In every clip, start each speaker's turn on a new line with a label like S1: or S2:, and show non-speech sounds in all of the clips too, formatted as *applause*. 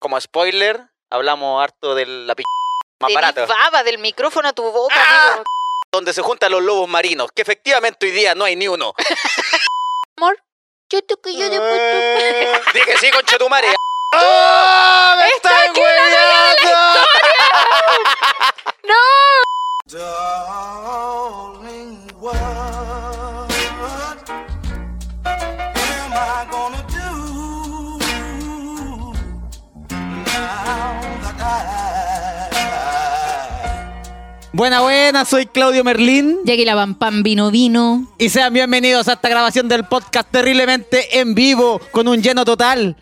S1: como spoiler, hablamos harto de la p más barata.
S2: Tenés baba del micrófono a tu boca,
S1: ¡Ah!
S2: amigo.
S1: Donde se juntan los lobos marinos, que efectivamente hoy día no hay ni
S2: *laughs*
S1: uno.
S2: Yo te que yo después
S1: Eh, *laughs* Dije sí, conchetumare.
S2: *laughs*
S1: ¡Ah! ¡Me
S2: Está
S1: están
S2: aquí la dueña de
S1: hueveando!
S2: tú- *laughs* ¡No!
S3: Darling, what am I gonna do now that I
S4: Buena, buena, soy Claudio Merlín
S5: Jackie la van pan vino vino.
S4: y sean bienvenidos a esta grabación del podcast terriblemente en vivo con un lleno total.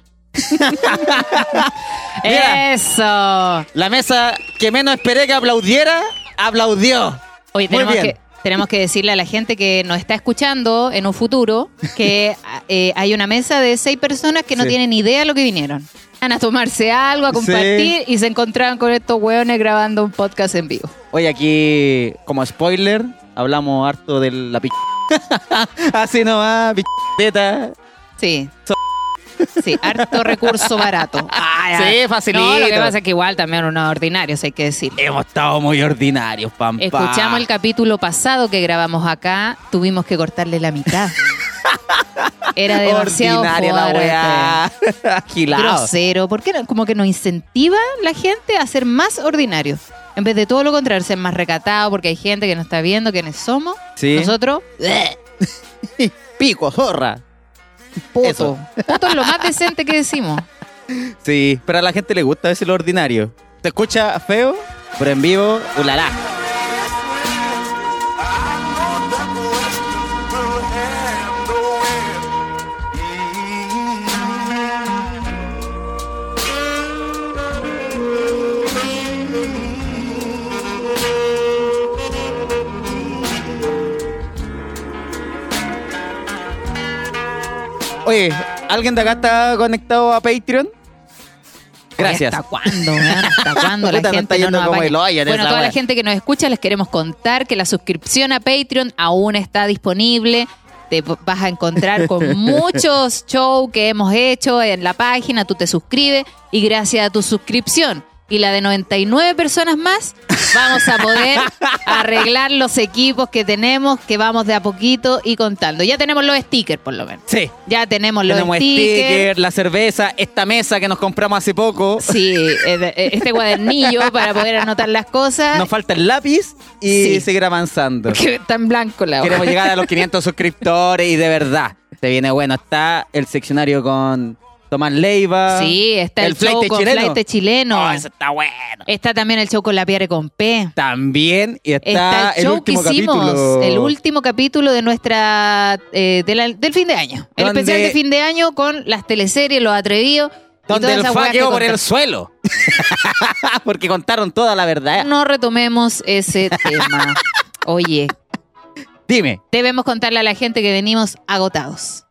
S4: Mira.
S5: Eso.
S4: La mesa que menos esperé que aplaudiera, aplaudió.
S5: Oye,
S4: Muy
S5: tenemos
S4: bien.
S5: que, tenemos que decirle a la gente que nos está escuchando en un futuro
S4: *laughs*
S5: que eh, hay una mesa de seis personas que no
S4: Sí.
S5: tienen idea de lo que vinieron. Van a tomarse algo, a compartir y se encontraron con estos hueones grabando un podcast en vivo.
S4: Hoy aquí, como spoiler, hablamos harto de la p... *laughs* Así nomás, picheta.
S5: Sí. Sí, harto recurso barato. Ay,
S4: *laughs* Sí,
S5: ay.
S4: facilito.
S5: Ah, No, lo que pasa es que igual también unos ordinarios, hay que decir.
S4: Hemos estado muy ordinarios, pampa.
S5: Escuchamos el capítulo pasado que grabamos acá, tuvimos que cortarle
S4: *laughs*
S5: la mitad. Era demasiado
S4: Ordinaria la
S5: fuerte.
S4: weá. *laughs* Agilado.
S5: grosero, porque no- como que nos incentiva la gente a ser más ordinario. En vez de todo lo contrario, ser más recatado, porque hay gente que no está viendo quiénes somos.
S4: Sí.
S5: Nosotros,
S4: Pico, zorra. Eso.
S5: poto. Poto es lo más decente que decimos.
S4: Sí, pero a la gente le gusta, es lo ordinario. Te escucha feo, pero en vivo, ulala.
S3: know that West will handle it. Mm.
S4: Oye, ¿alguien de acá está conectado a Patreon?
S5: Oye,
S4: Gracias.
S5: ¿Hasta cuándo? weón?
S4: *laughs*
S5: ¿Hasta
S4: Puta,
S5: cuándo la
S4: no está
S5: gente no
S4: yendo
S5: nos
S4: como
S5: apaña?
S4: el hoyo en
S5: Bueno,
S4: esa
S5: toda la
S4: wea.
S5: gente que nos escucha les queremos contar que la suscripción a Patreon aún está disponible. Te p- vas a
S4: *laughs*
S5: encontrar con muchos shows que hemos hecho en la página. Tú te suscribes y gracias a tu suscripción y la de 99 personas más, vamos a
S4: *laughs*
S5: poder arreglar los equipos que tenemos, que vamos de a poquito y contando. Ya tenemos los stickers, por lo menos.
S4: Sí.
S5: Ya tenemos los
S4: Tenemos
S5: stickers.
S4: sticker, la cerveza, esta mesa que nos compramos hace poco. *laughs*
S5: Sí, eh, de- eh, este cuadernillo para poder anotar las cosas.
S4: Nos falta el lápiz y
S5: Sí.
S4: seguir avanzando.
S5: porque está en blanco la hoja.
S4: Queremos llegar a los
S5: *laughs*
S4: 500 suscriptores y de verdad, se viene bueno. Está el seccionario con Tomás Leiva.
S5: Sí, está el, show
S4: flaite
S5: con
S4: chileno.
S5: flaite chileno.
S4: Oh, eso está bueno.
S5: Está también el show con la Pierre con P.
S4: También y está,
S5: Está el
S4: el
S5: show que
S4: último
S5: hicimos,
S4: capítulo.
S5: el último capítulo de nuestra eh, de la- del fin de año. El
S4: Donde-
S5: especial de fin de año con las teleseries, los atrevidos. y
S4: Donde
S5: todas
S4: el
S5: esas
S4: fa
S5: weas que
S4: quedó por el *laughs*
S5: contaron.
S4: suelo. Porque contaron toda la verdad.
S5: No retomemos ese tema. Oye,
S4: Dime.
S5: debemos contarle a la gente que venimos agotados.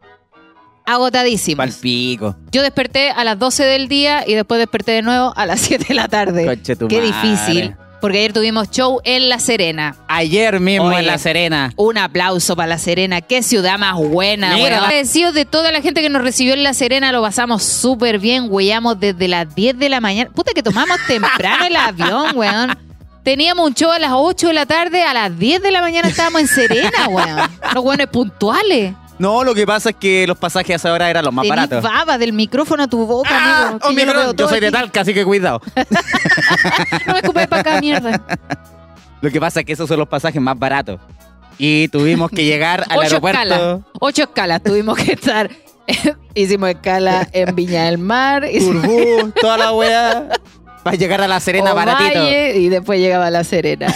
S5: Agotadísimos.
S4: Palpico.
S5: Yo desperté a las 12 del día y después desperté de nuevo a las *laughs* 7 de la tarde.
S4: Conche tu
S5: Qué
S4: madre.
S5: difícil. Porque ayer tuvimos show en La Serena.
S4: Ayer mismo
S5: Oye.
S4: en La Serena.
S5: Un aplauso para La Serena. Qué ciudad más buena.
S4: Mira.
S5: weón. Agradecidos de toda la gente que nos recibió en La Serena. Lo pasamos súper bien. Huellamos desde las 10 de la mañana. Puta que tomamos temprano
S4: *laughs*
S5: el avión, weón. Teníamos un show a las 8 de la tarde. A las 10 de la mañana estábamos
S4: *laughs*
S5: en Serena, weón. Los weones puntuales.
S4: No, lo que pasa es que los pasajes a esa hora eran los más
S5: Tenés
S4: baratos.
S5: baba del micrófono a tu boca,
S4: *laughs* ¡Ah!
S5: amigo, que
S4: Oh,
S5: yo lo
S4: mira,
S5: veo
S4: yo,
S5: todo
S4: soy de
S5: aquí.
S4: Talca, así que cuidado.
S5: No me escupé para
S4: *laughs*
S5: acá, mierda.
S4: Lo que pasa es que esos son los pasajes más baratos. Y tuvimos que llegar al
S5: *laughs* Ocho
S4: aeropuerto.
S5: escalas. Ocho escalas tuvimos que estar. *laughs* Hicimos escala en Viña del Mar. *laughs* hicimos
S4: Turbú, toda la weá. Para llegar a La
S5: Oh,
S4: Serena baratito.
S5: Ovalle, y después llegaba La Serena.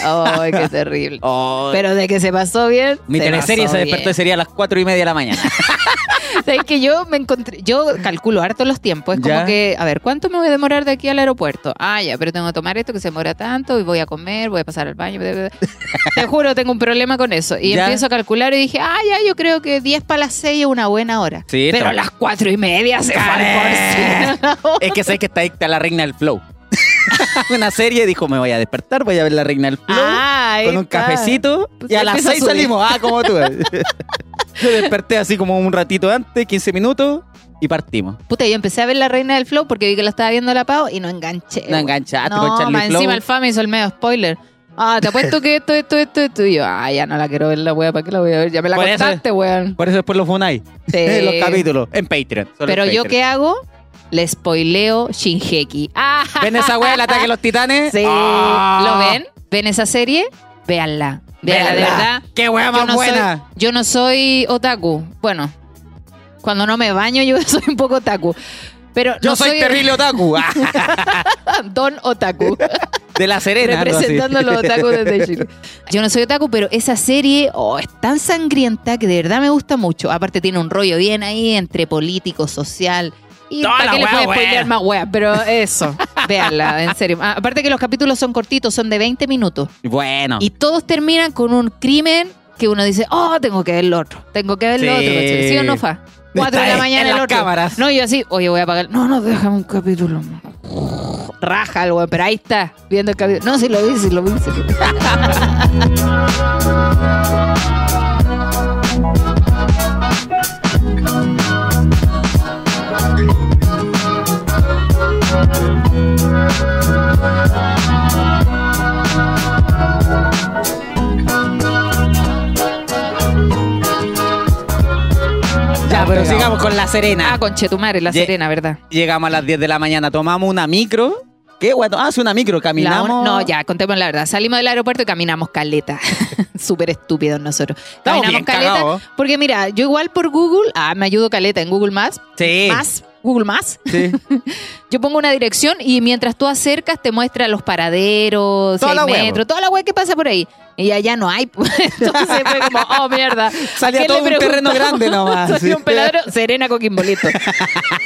S4: *laughs*
S5: ¡Ay, qué terrible!
S4: Oh,
S5: Pero de que se pasó bien.
S4: mi
S5: se
S4: teleserie
S5: pasó
S4: se despertó
S5: bien.
S4: ese día a las 4 y media de la mañana.
S5: *laughs* ¿Sabes que yo me encontré. Yo calculo harto los tiempos. Es como
S4: Ya.
S5: que, a ver, ¿cuánto me voy a demorar de aquí al aeropuerto? Ah, ya, pero tengo que tomar esto que se demora tanto y voy a comer, voy a pasar al baño. bla,
S4: *laughs*
S5: bla, bla. Te juro, tengo un problema con eso. Y
S4: Ya.
S5: empiezo a calcular y dije, ah, ya, yo creo que 10 para las 6 es una buena hora.
S4: Sí,
S5: pero a
S4: tra-
S5: las 4 y media se va al
S4: *laughs* Calé.
S5: porcino.
S4: Es que sabes que está adicta a la reina del flow. *laughs* Una serie dijo, me voy a despertar, voy a ver la reina del flow.
S5: Ah, ahí
S4: con un
S5: está.
S4: cafecito.
S5: Pues
S4: y
S5: ya
S4: a las
S5: empieza a
S4: 6
S5: subir. *laughs*
S4: salimos. Ah, como tú. Yo desperté así como un ratito antes, 15 minutos, y partimos.
S5: Puta, yo empecé a ver La Reina del Flow porque vi que la estaba viendo la Pau y no enganché.
S4: No enganchaste
S5: Eh, No,
S4: con Charlie
S5: más
S4: Flow.
S5: encima el Fami hizo el medio spoiler. Ah, te apuesto que esto, esto, esto, esto. Y yo, ah, ya no la quiero ver la wea, ¿para qué la voy a ver? Ya me la
S4: Por eso-
S5: contaste, weón.
S4: Por eso después *laughs* los funáis.
S5: Sí.
S4: los capítulos. En Patreon. solo en
S5: Eh, Pero yo,
S4: Patreon.
S5: ¿qué hago? Le spoileo *laughs* Shinheki. Ah,
S4: ¿Ven esa weá, el ataque de los titanes?
S5: sí. ¿Lo
S4: Ah.
S5: ven? ¿Ven esa serie? Véanla.
S4: Véanla.
S5: Véanla, de verdad.
S4: ¡Qué weá
S5: Yo
S4: más
S5: no, soy,
S4: buena!
S5: yo no soy otaku. Bueno, cuando no me baño, yo *laughs* soy un poco otaku. Pero
S4: Yo
S5: no
S4: soy, terrible otaku. Ah,
S5: *laughs* Don Otaku.
S4: de la Serena. algo así.
S5: representando a los otaku desde Chile. Yo no soy otaku, pero esa serie oh, es tan sangrienta que de verdad me gusta mucho. Aparte tiene un rollo bien ahí entre político, social. Y
S4: Toda
S5: para
S4: la
S5: qué le
S4: wea,
S5: puedes
S4: wea.
S5: spoilear más wea, pero eso, *laughs* véanla, en serio. Ah, aparte que los capítulos son cortitos, son de 20 minutos.
S4: Bueno.
S5: Y todos terminan con un crimen que uno dice, oh, tengo que ver el otro, tengo que ver el
S4: Sí.
S5: otro, ¿cachai? ¿sí o no, Fa? Cuatro
S4: Está
S5: de la
S4: en- en
S5: mañana el
S4: las
S5: otro.
S4: cámaras.
S5: No, yo así, oye, voy a pagar. No, no, déjame un capítulo. más. Raja el weón, pero ahí está, viendo el capítulo. No, si lo vi, si lo vi. si lo vi.
S4: ya, pero
S5: pegado.
S4: sigamos con la Serena.
S5: Ah, conchetumare, la
S4: Ye-
S5: Serena, ¿verdad?
S4: Llegamos a las 10 de la mañana, tomamos una micro. ¿Qué bueno? Ah, es una micro,
S5: La
S4: caminamos.
S5: un- no, ya, contemos la verdad. Salimos del aeropuerto y caminamos caleta. *laughs* Súper estúpidos nosotros.
S4: Estamos
S5: caminamos
S4: bien
S5: caleta.
S4: cagados.
S5: Porque mira, yo igual por Google, ah, me ayudo caleta en Google Maps.
S4: Sí.
S5: Más, Google Maps. *laughs*
S4: Sí.
S5: Yo pongo una dirección y mientras tú acercas te muestra los paraderos,
S4: Toda
S5: si
S4: la
S5: hay
S4: hueá,
S5: metro, toda la web que pasa por ahí. Y allá no hay. *laughs* pues. Entonces fue
S4: *laughs*
S5: como, oh, mierda.
S4: Salía
S5: ¿Qué
S4: todo
S5: le
S4: un terreno
S5: preguntamos?
S4: grande nomás.
S5: *laughs* Salía
S4: *laughs*
S5: un peladero, Serena Coquimbolito.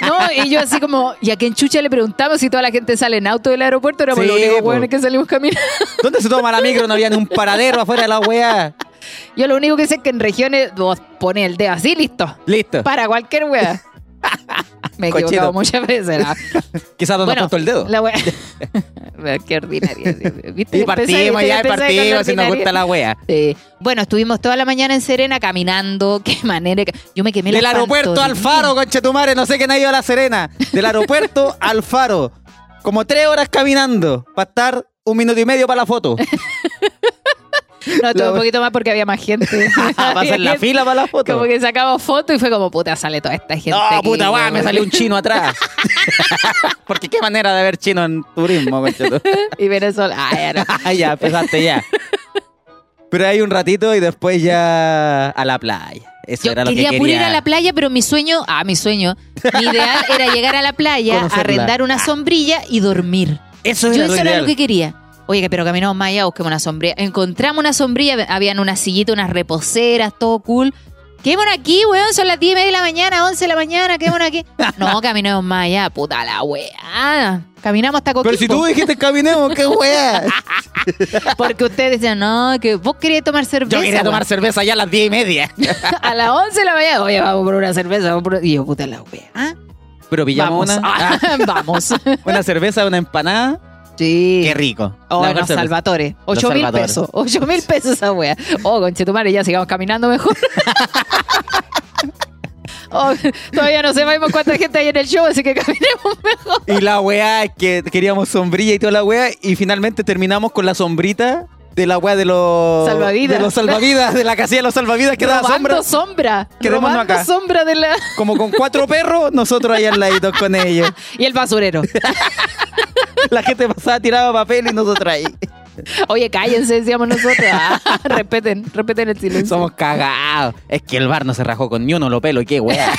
S5: No, y yo así como, ¿y a quién chucha le preguntamos si toda la gente sale en auto del aeropuerto? Éramos
S4: Sí,
S5: los únicos
S4: po.
S5: hueones que salimos caminando. *laughs*
S4: ¿Dónde se toma la micro? No había ni un paradero afuera de la wea.
S5: Yo lo único que sé es que en regiones vos pones el dedo así, listo.
S4: Listo.
S5: Para cualquier
S4: *laughs*
S5: wea. Me he
S4: Cochino.
S5: equivocado muchas veces. la-
S4: Quizás donde
S5: Bueno,
S4: apuntó el dedo.
S5: La *laughs* wea. Wea,
S4: *laughs*
S5: Qué ordinaria. ¿Viste?
S4: Y
S5: Empecé-
S4: partimos,
S5: empecé
S4: ya
S5: con la
S4: partimos, si nos
S5: ordinaria.
S4: gusta la wea.
S5: Sí. Bueno, estuvimos toda la mañana en Serena caminando. *laughs* Qué manera. de ca- Yo me quemé
S4: Del
S5: los
S4: aeropuerto al
S5: pantorrillas.
S4: faro, conchetumare, no sé quién ha ido a la Serena. Del aeropuerto al faro. Como tres horas caminando para estar un minuto y medio para la
S5: *laughs*
S4: foto.
S5: *laughs* No, tuve
S4: La
S5: un
S4: wea.
S5: poquito más porque había
S4: *laughs*
S5: más gente. *laughs*
S4: Para hacer la fila para la foto.
S5: Como que sacamos fotos y fue como, puta, sale toda esta gente.
S4: No,
S5: aquí,
S4: puta, guau,
S5: wea. *laughs*
S4: me salió un chino atrás. Porque qué manera de ver chino en turismo, conchetumare.
S5: Y Venezuela. *laughs* Ah, ya no.
S4: *laughs* Ah, ya, empezaste ya. Pero hay un ratito y después ya a la playa. Eso
S5: Yo
S4: era lo
S5: quería
S4: que
S5: puro ir
S4: quería.
S5: a la playa, pero mi sueño, ah, mi sueño, mi ideal era llegar a la playa,
S4: *laughs* Conocerla. Ah.
S5: arrendar una sombrilla y dormir.
S4: Eso
S5: Yo
S4: era lo
S5: eso era
S4: ideal.
S5: lo que quería. Oye, que pero caminamos más allá, busquemos una sombrilla. Encontramos una sombrilla, habían una sillita, unas reposeras, todo cool. Quedémonos aquí, weón, son las 10 y media de la mañana, 11 de la mañana,
S4: *laughs*
S5: quedémonos aquí. No, caminamos más allá, puta la weá. Caminamos hasta Coquimbo.
S4: Pero si tú dijiste caminemos, qué
S5: *laughs*
S4: wea.
S5: Porque ustedes decían, no, que vos querías tomar cerveza.
S4: Yo quería tomar
S5: weón.
S4: cerveza ya a las 10 y media.
S5: A las 11 de la mañana, oye, vamos por una cerveza. Vamos por... Y yo, puta la weá.
S4: Pero pillamos
S5: Vamos.
S4: una,
S5: Ah, *laughs* vamos.
S4: ah, una cerveza, una empanada.
S5: Sí.
S4: *laughs* Qué rico.
S5: Oh,
S4: La
S5: no,
S4: mejor cerveza.
S5: Salvatore. 8 mil
S4: Salvatore.
S5: pesos. 8 mil pesos esa wea. Oh, conchetumare, ya sigamos
S4: *laughs*
S5: caminando mejor. Oh, todavía no sabemos cuánta gente hay en el show, así que caminemos mejor.
S4: Y la wea es que queríamos sombrilla y toda la wea. Y finalmente terminamos con la sombrita de la wea de los
S5: Salvavidas.
S4: De los salvavidas, de la casilla de los salvavidas que daba sombra.
S5: Robando sombra.
S4: Quedémonos
S5: Robando
S4: acá.
S5: sombra de la...
S4: Como con cuatro perros, nosotros ahí al ladito con ellos.
S5: Y el basurero.
S4: La gente pasaba, tiraba papel y nosotros ahí.
S5: Oye, cállense, decíamos nosotros. Ah, *laughs* respeten, respeten el silencio.
S4: Somos cagados. Es que el bar no se rajó con ni uno lo pelo, qué wea.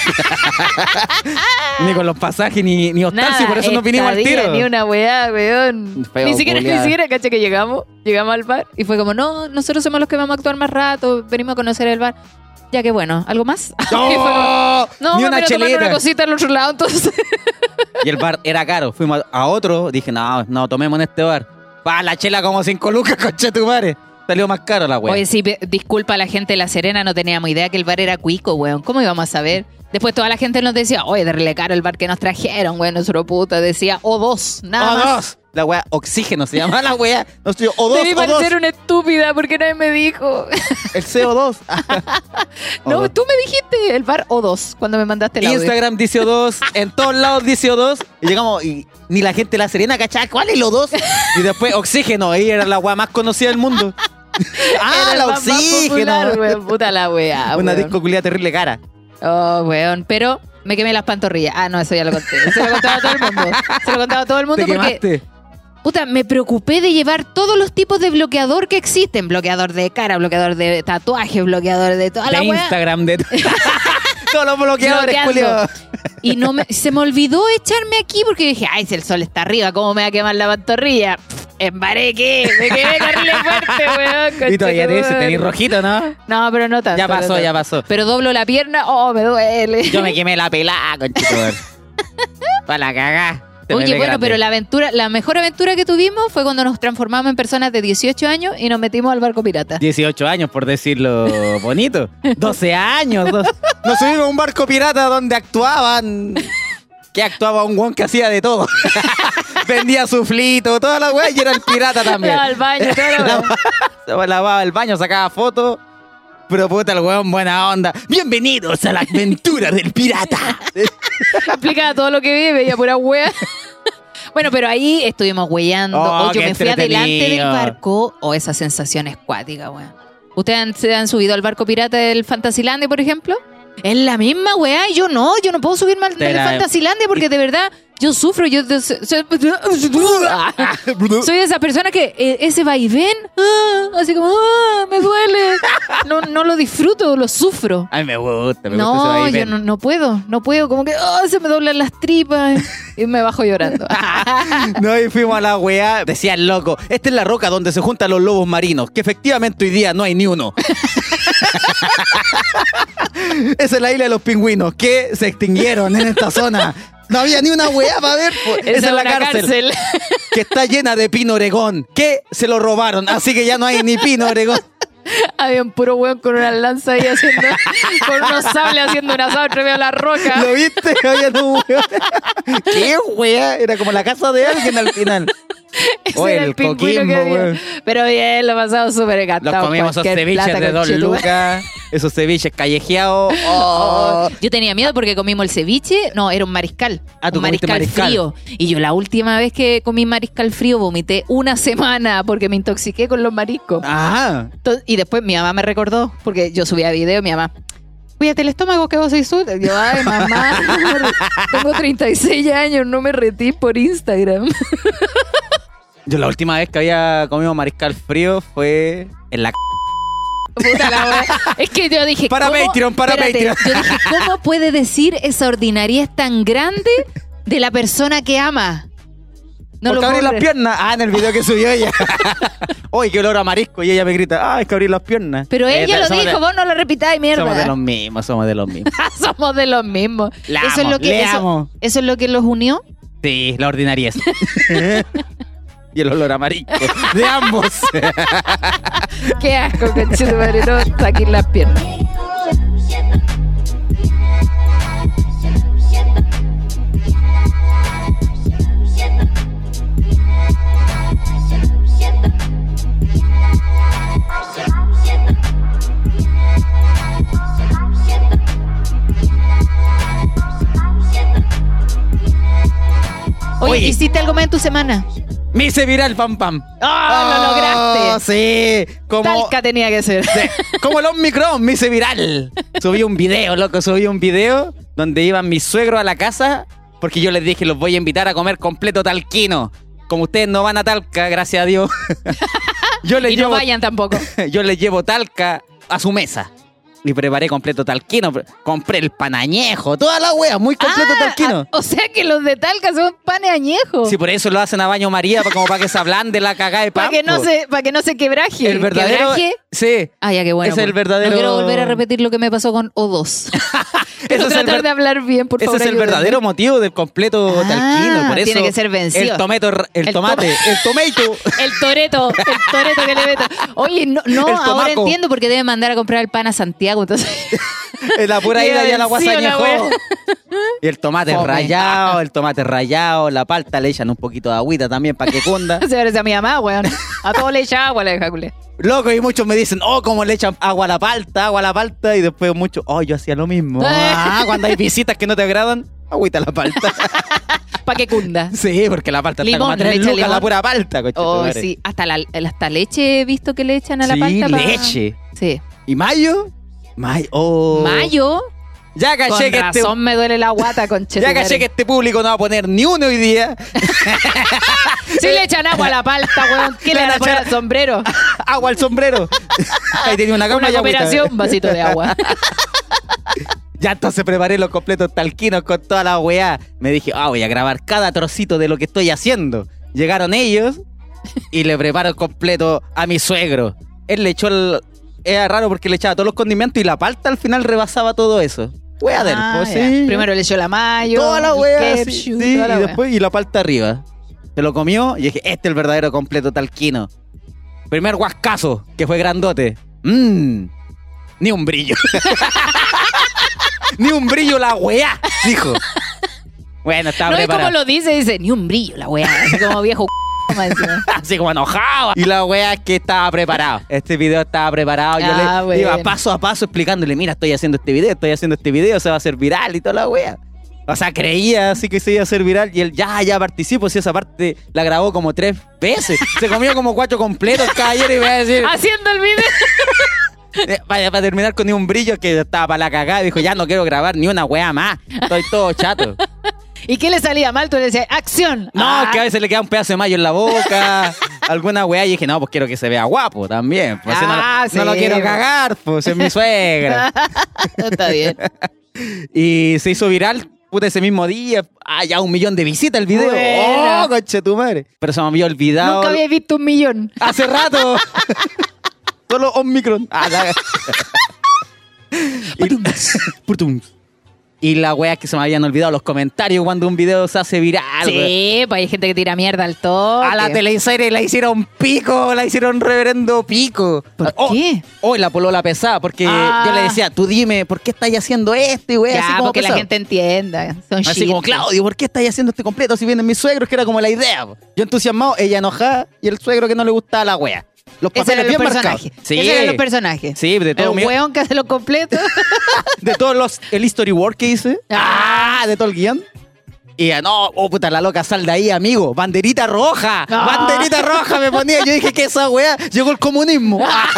S4: ni con los pasajes, ni, ni hostal, si por eso nos vinimos al
S5: estadía,
S4: tiro.
S5: Ni una *laughs* weá, weón.
S4: Feo,
S5: ni siquiera, ni
S4: culiao.
S5: siquiera, caché que llegamos, llegamos al bar y fue como, no, nosotros somos los que vamos a actuar más rato, venimos a conocer el bar. Ya que bueno, ¿algo más?
S4: ¡No!
S5: Y fue como, no,
S4: Ni
S5: me
S4: una
S5: quiero tomar
S4: chelera.
S5: una cosita al otro lado, entonces.
S4: Y el bar era caro. Fuimos a a otro, dije, no, no, tomemos en este bar. Pa, la chela como cinco lucas, *laughs* concha tu madre. Salió más caro la wea.
S5: *laughs* Oye, sí, pe- disculpa a la gente de La Serena, no teníamos idea que el bar era cuico, weón. ¿Cómo íbamos a saber? Después toda la gente nos decía, oye, darle caro el bar que nos trajeron, weón, nuestro puta. Decía, o dos,
S4: O
S5: nada más.
S4: dos. la weá oxígeno, se llama la
S5: *laughs*
S4: weá. No sé, O2,
S5: Debí parecer
S4: O2,
S5: una estúpida porque nadie me *laughs* dijo.
S4: el *laughs*
S5: *laughs*
S4: CO2.
S5: No,
S4: O2.
S5: tú me dijiste el bar O2 cuando me mandaste la
S4: Instagram dice O2, en todos lados dice O2. Y llegamos, y ni la gente de la Serena cachaba, ¿cuál es el O2? Y
S5: *laughs*
S4: después oxígeno, ahí era la weá más conocida del mundo. ah, la oxígeno.
S5: puta la wea.
S4: *laughs* Una
S5: Ah, weón.
S4: disco culia terrible cara.
S5: Oh, weón. Pero me quemé las pantorrillas. Ah, no, eso ya lo conté. Se lo contaba a todo el mundo. Se lo contaba a todo el mundo
S4: Te
S5: porque.
S4: quemaste.
S5: Puta, me preocupé de llevar todos los tipos de bloqueador que existen. Bloqueador de cara, bloqueador de tatuajes, bloqueador de toda la
S4: de
S5: wea.
S4: Instagram,
S5: *laughs*
S4: de *laughs* todos los bloqueadores,
S5: Bloqueando.
S4: Julio.
S5: Y no me, se me olvidó echarme aquí porque dije, ay, si el sol está arriba, ¿cómo me va a quemar la pantorrilla? Pff, En Bareque, me quedé carle fuerte,
S4: *laughs*
S5: weón.
S4: Y todavía
S5: conchetumare.
S4: tenés, tenés rojito, ¿no?
S5: No, pero no tanto.
S4: Ya pasó,
S5: no tanto.
S4: ya pasó.
S5: Pero doblo la pierna, oh, me duele.
S4: Yo me quemé la pelada, conchetumare.
S5: *laughs*
S4: Para la cagá. Te
S5: Oye,
S4: pelé
S5: bueno,
S4: grande.
S5: pero la aventura, la mejor aventura que tuvimos fue cuando nos transformamos en personas de 18 años y nos metimos al barco pirata.
S4: 18 años, por decirlo bonito. 12 años. dos- Nos subimos a un barco pirata donde actuaban. Que actuaba un guon que hacía de
S5: *laughs*
S4: todo. Vendía suflito, toda la weá, y era el pirata también.
S5: Iba al baño, todo
S4: *laughs*
S5: lo-
S4: Se lavaba el baño, sacaba fotos. Pero puta, el weón, buena onda. Bienvenidos a la aventura del pirata.
S5: explicaba todo lo que vi, veía pura wea. *laughs* Bueno, pero ahí estuvimos weyando.
S4: Oh,
S5: o yo
S4: qué
S5: me fui adelante del
S4: entretenido.
S5: barco. O esa sensación es cuática, weón. ¿Ustedes han- se han subido al barco pirata del Fantasilandia, por ejemplo? Es la misma weá y yo no, yo no puedo subirme al
S4: Te
S5: del
S4: la-
S5: Fantasilandia porque de verdad yo sufro. Yo de- so- so- *laughs* soy de esa persona que eh, ese vaivén, ah, así como, ah, me duele. No, no lo disfruto, lo sufro.
S4: Ay, me gusta, me gusta ese
S5: No, yo
S4: vaivén.
S5: no, no puedo, no puedo, como que ah, se me doblan las tripas y me
S4: *laughs*
S5: bajo llorando.
S4: *laughs*
S5: Ah,
S4: No, y fuimos a la weá. Decía el loco, esta es la roca donde se juntan los lobos marinos, que efectivamente hoy día no hay ni uno. *laughs* Esa es la isla de los pingüinos, que se extinguieron en esta zona. No había ni una weá para ver. po. Esa, es la
S5: una
S4: cárcel, que está llena de pino oregón, que se lo robaron, así que ya no hay ni pino oregón.
S5: *laughs* Había un puro weón con una lanza ahí haciendo,
S4: *laughs*
S5: con unos sables haciendo un asado entre medio de la roca.
S4: ¿Lo viste? *laughs* Había un weón. ¿Qué weá? Era como la casa de alguien al *laughs* final.
S5: Ese
S4: Oye,
S5: era
S4: el
S5: pingüino que
S4: coquimbo,
S5: había.
S4: weón.
S5: Pero bien, lo pasamos súper
S4: Los
S5: encantado.
S4: comimos esos
S5: cualquier
S4: ceviches
S5: plata,
S4: de dos
S5: conchetumare.
S4: lucas, esos ceviches *laughs* callejeados.
S5: *laughs* Oh,
S4: Oh.
S5: Yo tenía miedo porque comimos el ceviche, no, era un mariscal,
S4: Ah, tú
S5: un
S4: comiste
S5: mariscal,
S4: mariscal.
S5: frío. Y yo la última vez que comí mariscal frío vomité una semana porque me intoxiqué con los mariscos.
S4: Ah,
S5: Entonces- y después mi mamá me recordó, porque yo subía video, mi mamá, cuídate el estómago que vos sois sur. Yo, ay, mamá, *laughs* tengo 36 años, no me retí por
S4: *laughs*
S5: Instagram.
S4: yo la última vez que había comido mariscal frío fue en la... c-
S5: Puta la wea. Es que yo dije.
S4: Para
S5: ¿cómo-
S4: Patreon, para Patreon.
S5: Yo dije, ¿cómo puede decir esa ordinariedad tan grande de la persona que ama?
S4: Porque
S5: No lo
S4: abrí
S5: puedo
S4: las
S5: creer.
S4: piernas. Ah, en el video que subió *laughs* ella. Oye, qué olor a marisco. Y ella me grita, ah, es que abrí las piernas.
S5: Pero
S4: Eh,
S5: ella
S4: te-
S5: lo
S4: somos de-
S5: dijo, vos no lo repitáis, mierda.
S4: Somos de los mismos, somos de los mismos.
S5: *laughs* Somos de los mismos.
S4: La
S5: eso es
S4: amo,
S5: lo que
S4: le
S5: eso-
S4: amo.
S5: eso es lo que los unió.
S4: Sí, la ordinariez. *laughs* y el olor a marisco. De ambos.
S5: Qué asco, conchetumare, no saquen las piernas. Oye,
S4: Oye.
S5: ¿hiciste algo más en tu semana?
S4: *laughs* me hice viral, pam, pam.
S5: ¡Ah, lo lograste!
S4: Sí, como...
S5: Talca tenía
S4: *laughs*
S5: que ser.
S4: Sí, Como el Omicron, me hice viral. Subí un video, loco, subí un video donde iban mis suegros a la casa porque yo les dije, los voy a invitar a comer completo talquino. Como ustedes no van a Talca, gracias a Dios. *laughs* yo, les
S5: Y no
S4: llevo,
S5: vayan tampoco.
S4: yo les llevo Talca a su mesa. Y preparé completo talquino, pre- compré el panañejo, toda la wea, muy *laughs* completo
S5: Ah,
S4: talquino.
S5: ah, o sea que los de Talca son panes añejos.
S4: Sí, por eso lo hacen a baño María, pa- como para que se ablande la cagada de pan.
S5: para que no
S4: po.
S5: se, para que no se quebraje.
S4: El verdadero...
S5: Quebraje.
S4: Sí.
S5: Ah, ya qué bueno.
S4: Ese es el
S5: bueno.
S4: verdadero-
S5: No quiero volver a repetir lo que me pasó con O2. *laughs*
S4: *laughs*
S5: Quiero
S4: Ese es el
S5: tratar
S4: ver-
S5: de hablar bien, por
S4: Ese
S5: favor.
S4: es el
S5: ayúdenme.
S4: verdadero motivo del completo
S5: Ah,
S4: talquino. Por eso
S5: tiene que ser vencido.
S4: El, tomato, el,
S5: El
S4: tomate, el
S5: *laughs*
S4: tomato.
S5: El Toreto, el Toreto que le meto. Oye, no, no
S4: El
S5: ahora
S4: tomaco.
S5: entiendo por qué debe mandar a comprar el pan a Santiago. Entonces, *laughs*
S4: Es la pura ida ya la
S5: Lleva vencido la
S4: guasañejo. Y el tomate
S5: Fome.
S4: rallado, el tomate rallado, la palta le echan un poquito de agüita también para que cunda.
S5: Se parece a mi mamá, weón. A todo le echa agua la vieja culé.
S4: Loco, y muchos me dicen, oh, cómo le echan agua a la palta, agua a la palta. Y después muchos, oh, yo hacía lo
S5: *laughs*
S4: mismo. Ah, cuando hay visitas que no te agradan, agüita a la
S5: *laughs*
S4: palta.
S5: Pa' que cunda.
S4: sí, porque la palta
S5: Limón,
S4: está como a tres
S5: le echa
S4: lucas la
S5: limón.
S4: pura palta, coche.
S5: Oh, sí. Hasta, la, hasta leche he visto que le echan a la
S4: Este Sí,
S5: palta. pa-
S4: leche.
S5: Sí.
S4: ¿Y mayo? Mayo. oh.
S5: Mayo.
S4: Ya
S5: Con
S4: caché que
S5: razón
S4: este...
S5: me duele la guata,
S4: *laughs*
S5: conche.
S4: Ya
S5: tu
S4: caché
S5: madre.
S4: que este público no va a poner ni uno hoy día. *laughs*
S5: Sí le echan agua a la palta, weón. ¿Qué
S4: Le
S5: le
S4: van
S5: van
S4: a
S5: a poner
S4: echar-
S5: al sombrero?
S4: *laughs* Agua al
S5: *laughs*
S4: sombrero. Ahí tenía una cama
S5: Una
S4: y agüita.
S5: cooperación, un vasito de agua.
S4: Ya entonces preparé los completos talquinos con toda la weá. Me dije, ah, voy a grabar cada trocito de lo que estoy haciendo. Llegaron ellos y le preparo el completo a mi suegro. Él le echó el. Era raro porque le echaba todos los condimentos y la palta al final rebasaba todo eso. Weá *laughs* del
S5: Ah,
S4: pues,
S5: ya.
S4: sí.
S5: Primero le echó la mayo.
S4: toda la
S5: el
S4: weá. sí,
S5: ketchup,
S4: sí,
S5: toda la
S4: y
S5: weá.
S4: después y la palta arriba. Se lo comió y dije, este es el verdadero completo talquino. Primer guascazo, que fue grandote. Mmm. Ni un brillo. *laughs* ni un brillo la weá, dijo. Bueno, estaba
S5: No es
S4: preparado.
S5: como lo dice, dice, ni un brillo la weá. Así como viejo *laughs* más encima.
S4: *laughs* Así como enojado. Y la wea es que estaba preparado. Este video estaba preparado. Yo
S5: Ah,
S4: le
S5: bueno.
S4: iba paso a paso explicándole, mira, estoy haciendo este video, estoy haciendo este video, se va a hacer viral y toda la wea. O sea, creía así que se iba a hacer viral y él ya, ya participo. Si esa parte la grabó como tres veces. Se comió como cuatro completos, caballero, y me va a
S5: *laughs*
S4: decir,
S5: Haciendo el video. *laughs*
S4: eh, para, para terminar con ni un brillo que estaba para la cagada. Dijo, ya no quiero grabar ni una wea más. Estoy todo chato.
S5: ¿Y qué le salía mal? Tú le decías, acción.
S4: No,
S5: Ah,
S4: que a veces le queda un pedazo de mayo en la
S5: *laughs*
S4: boca, alguna weá, y dije, no, pues quiero que se vea guapo también. Pues, si no lo-
S5: Ah,
S4: no, lo
S5: sí,
S4: quiero
S5: pues.
S4: cagar, pues
S5: *laughs*
S4: es mi suegra.
S5: *laughs* Está
S4: *laughs*
S5: bien.
S4: y se hizo viral, puta, ese mismo día. Ah, ya un millón de visitas el video.
S5: Buena.
S4: ¡Oh, conche tu madre! Pero se me había olvidado.
S5: Nunca había visto un millón.
S4: Hace
S5: *laughs*
S4: rato. Solo Omicron. Ah, la- y... Putum. Y la wea es que se me habían olvidado los comentarios cuando un video se hace viral. wea.
S5: Sí, pues hay gente que tira mierda al toque.
S4: A la teleserie la hicieron pico, la hicieron reverendo pico.
S5: ¿Por
S4: Oh,
S5: qué?
S4: Hoy la polola pesada, porque
S5: Ah.
S4: yo le decía, tú dime, ¿por qué estáis haciendo esto? Y wey,
S5: Ya,
S4: así como
S5: porque
S4: pesado.
S5: la gente entienda. Son
S4: Así
S5: chistes.
S4: como, Claudio, ¿por qué estáis haciendo este completo si vienen mis suegros? Que era como la idea. po. Yo entusiasmado, ella enojada y el suegro que no le gustaba la wea. Los
S5: Ese
S4: papeles
S5: era los
S4: bien marcados.
S5: personajes. Ese era los personajes.
S4: Sí, de todo
S5: El
S4: mi-
S5: hueón que hace
S4: *laughs*
S5: lo completo.
S4: de todos los el history work que hice. Ah, de todo el guión. Y ya, no, oh puta, la loca, sal de ahí, amigo. Banderita roja.
S5: No.
S4: Banderita roja me ponía. Yo dije que esa weá llegó el comunismo. *laughs* Ah.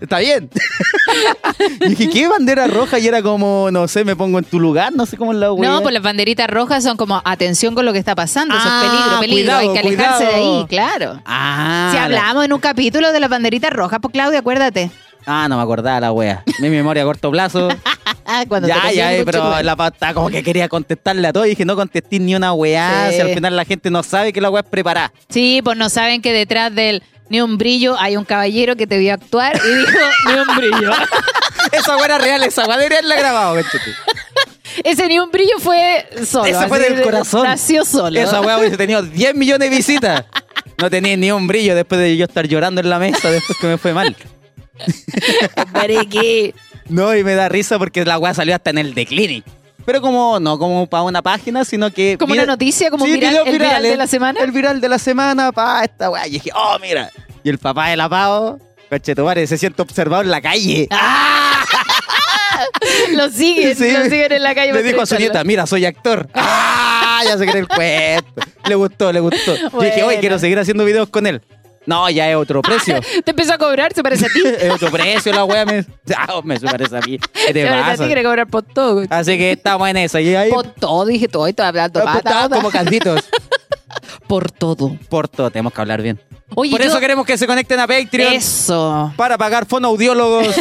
S4: Está bien. *laughs* Y dije, ¿qué bandera roja? Y era como, no sé, me pongo en tu lugar, no sé cómo es la weá.
S5: No, pues las banderitas rojas son como atención con lo que está pasando. Eso
S4: Ah,
S5: es peligro, peligro.
S4: cuidado,
S5: Hay que alejarse
S4: cuidado.
S5: de ahí, claro.
S4: Ah.
S5: si
S4: la-
S5: hablamos en un capítulo de las banderitas rojas, pues Claudia, acuérdate. *laughs*
S4: Ah, no me acordaba la weá. Mi memoria a corto plazo.
S5: Ah, cuando te
S4: ya,
S5: conocí,
S4: ya, eh,
S5: mucho,
S4: pero
S5: güey.
S4: la pata como que quería contestarle a todo y dije, no contesté ni una weá.
S5: Sí.
S4: Si al final la gente no sabe que la weá es preparada. *laughs*
S5: Sí, pues no saben que detrás del ni un brillo hay un caballero que te vio actuar y dijo *laughs* ni un brillo.
S4: esa weá era real, esa weá debería haberla grabado, cachete.
S5: Ese ni un brillo fue solo.
S4: Esa fue
S5: así
S4: del
S5: de-
S4: corazón.
S5: Nació solo.
S4: Esa weá hubiese tenido 10 millones de visitas. No tenía ni un brillo después de yo estar llorando en la mesa después que me fue mal.
S5: Mariqui.
S4: No, y me da risa porque la weá salió hasta en el The Clinic. Pero como, no como para una página, sino que...
S5: Como una noticia, como viral-
S4: videos
S5: el viral
S4: virales.
S5: de la semana.
S4: El viral de la semana, pa, esta weá. Y dije, oh, mira. Y el papá de la Pau, cochetumare, se siente observado en la calle.
S5: Ah, Lo siguen,
S4: Sí.
S5: lo siguen en la calle.
S4: Le
S5: para
S4: dijo a su nieta,
S5: entrevistarlo.
S4: mira, soy
S5: *laughs*
S4: actor. ¡Ah! Ya se cree el cuento. Le gustó, le gustó. Yo dije, oye,
S5: Buena. Ah,
S4: quiero seguir haciendo videos con él. No, ya es otro precio.
S5: Te empezó a cobrar, se parece a
S4: *laughs*
S5: ti.
S4: es otro precio la wea. Me, *laughs* Ah, me parece a mí. ¿Qué te
S5: *laughs* se parece a
S4: pasa?
S5: ti, quiere cobrar por todo. güey.
S4: Así que estamos en eso. Y ahí
S5: Por todo, dije todo, y todo hablando.
S4: pues,
S5: pata,
S4: estamos como canditos.
S5: Por todo.
S4: *laughs* Por todo, tenemos que hablar bien.
S5: Oye,
S4: Por eso
S5: yo-
S4: queremos que se conecten a Patreon
S5: Eso.
S4: para pagar
S5: *laughs*
S4: fonoaudiólogos.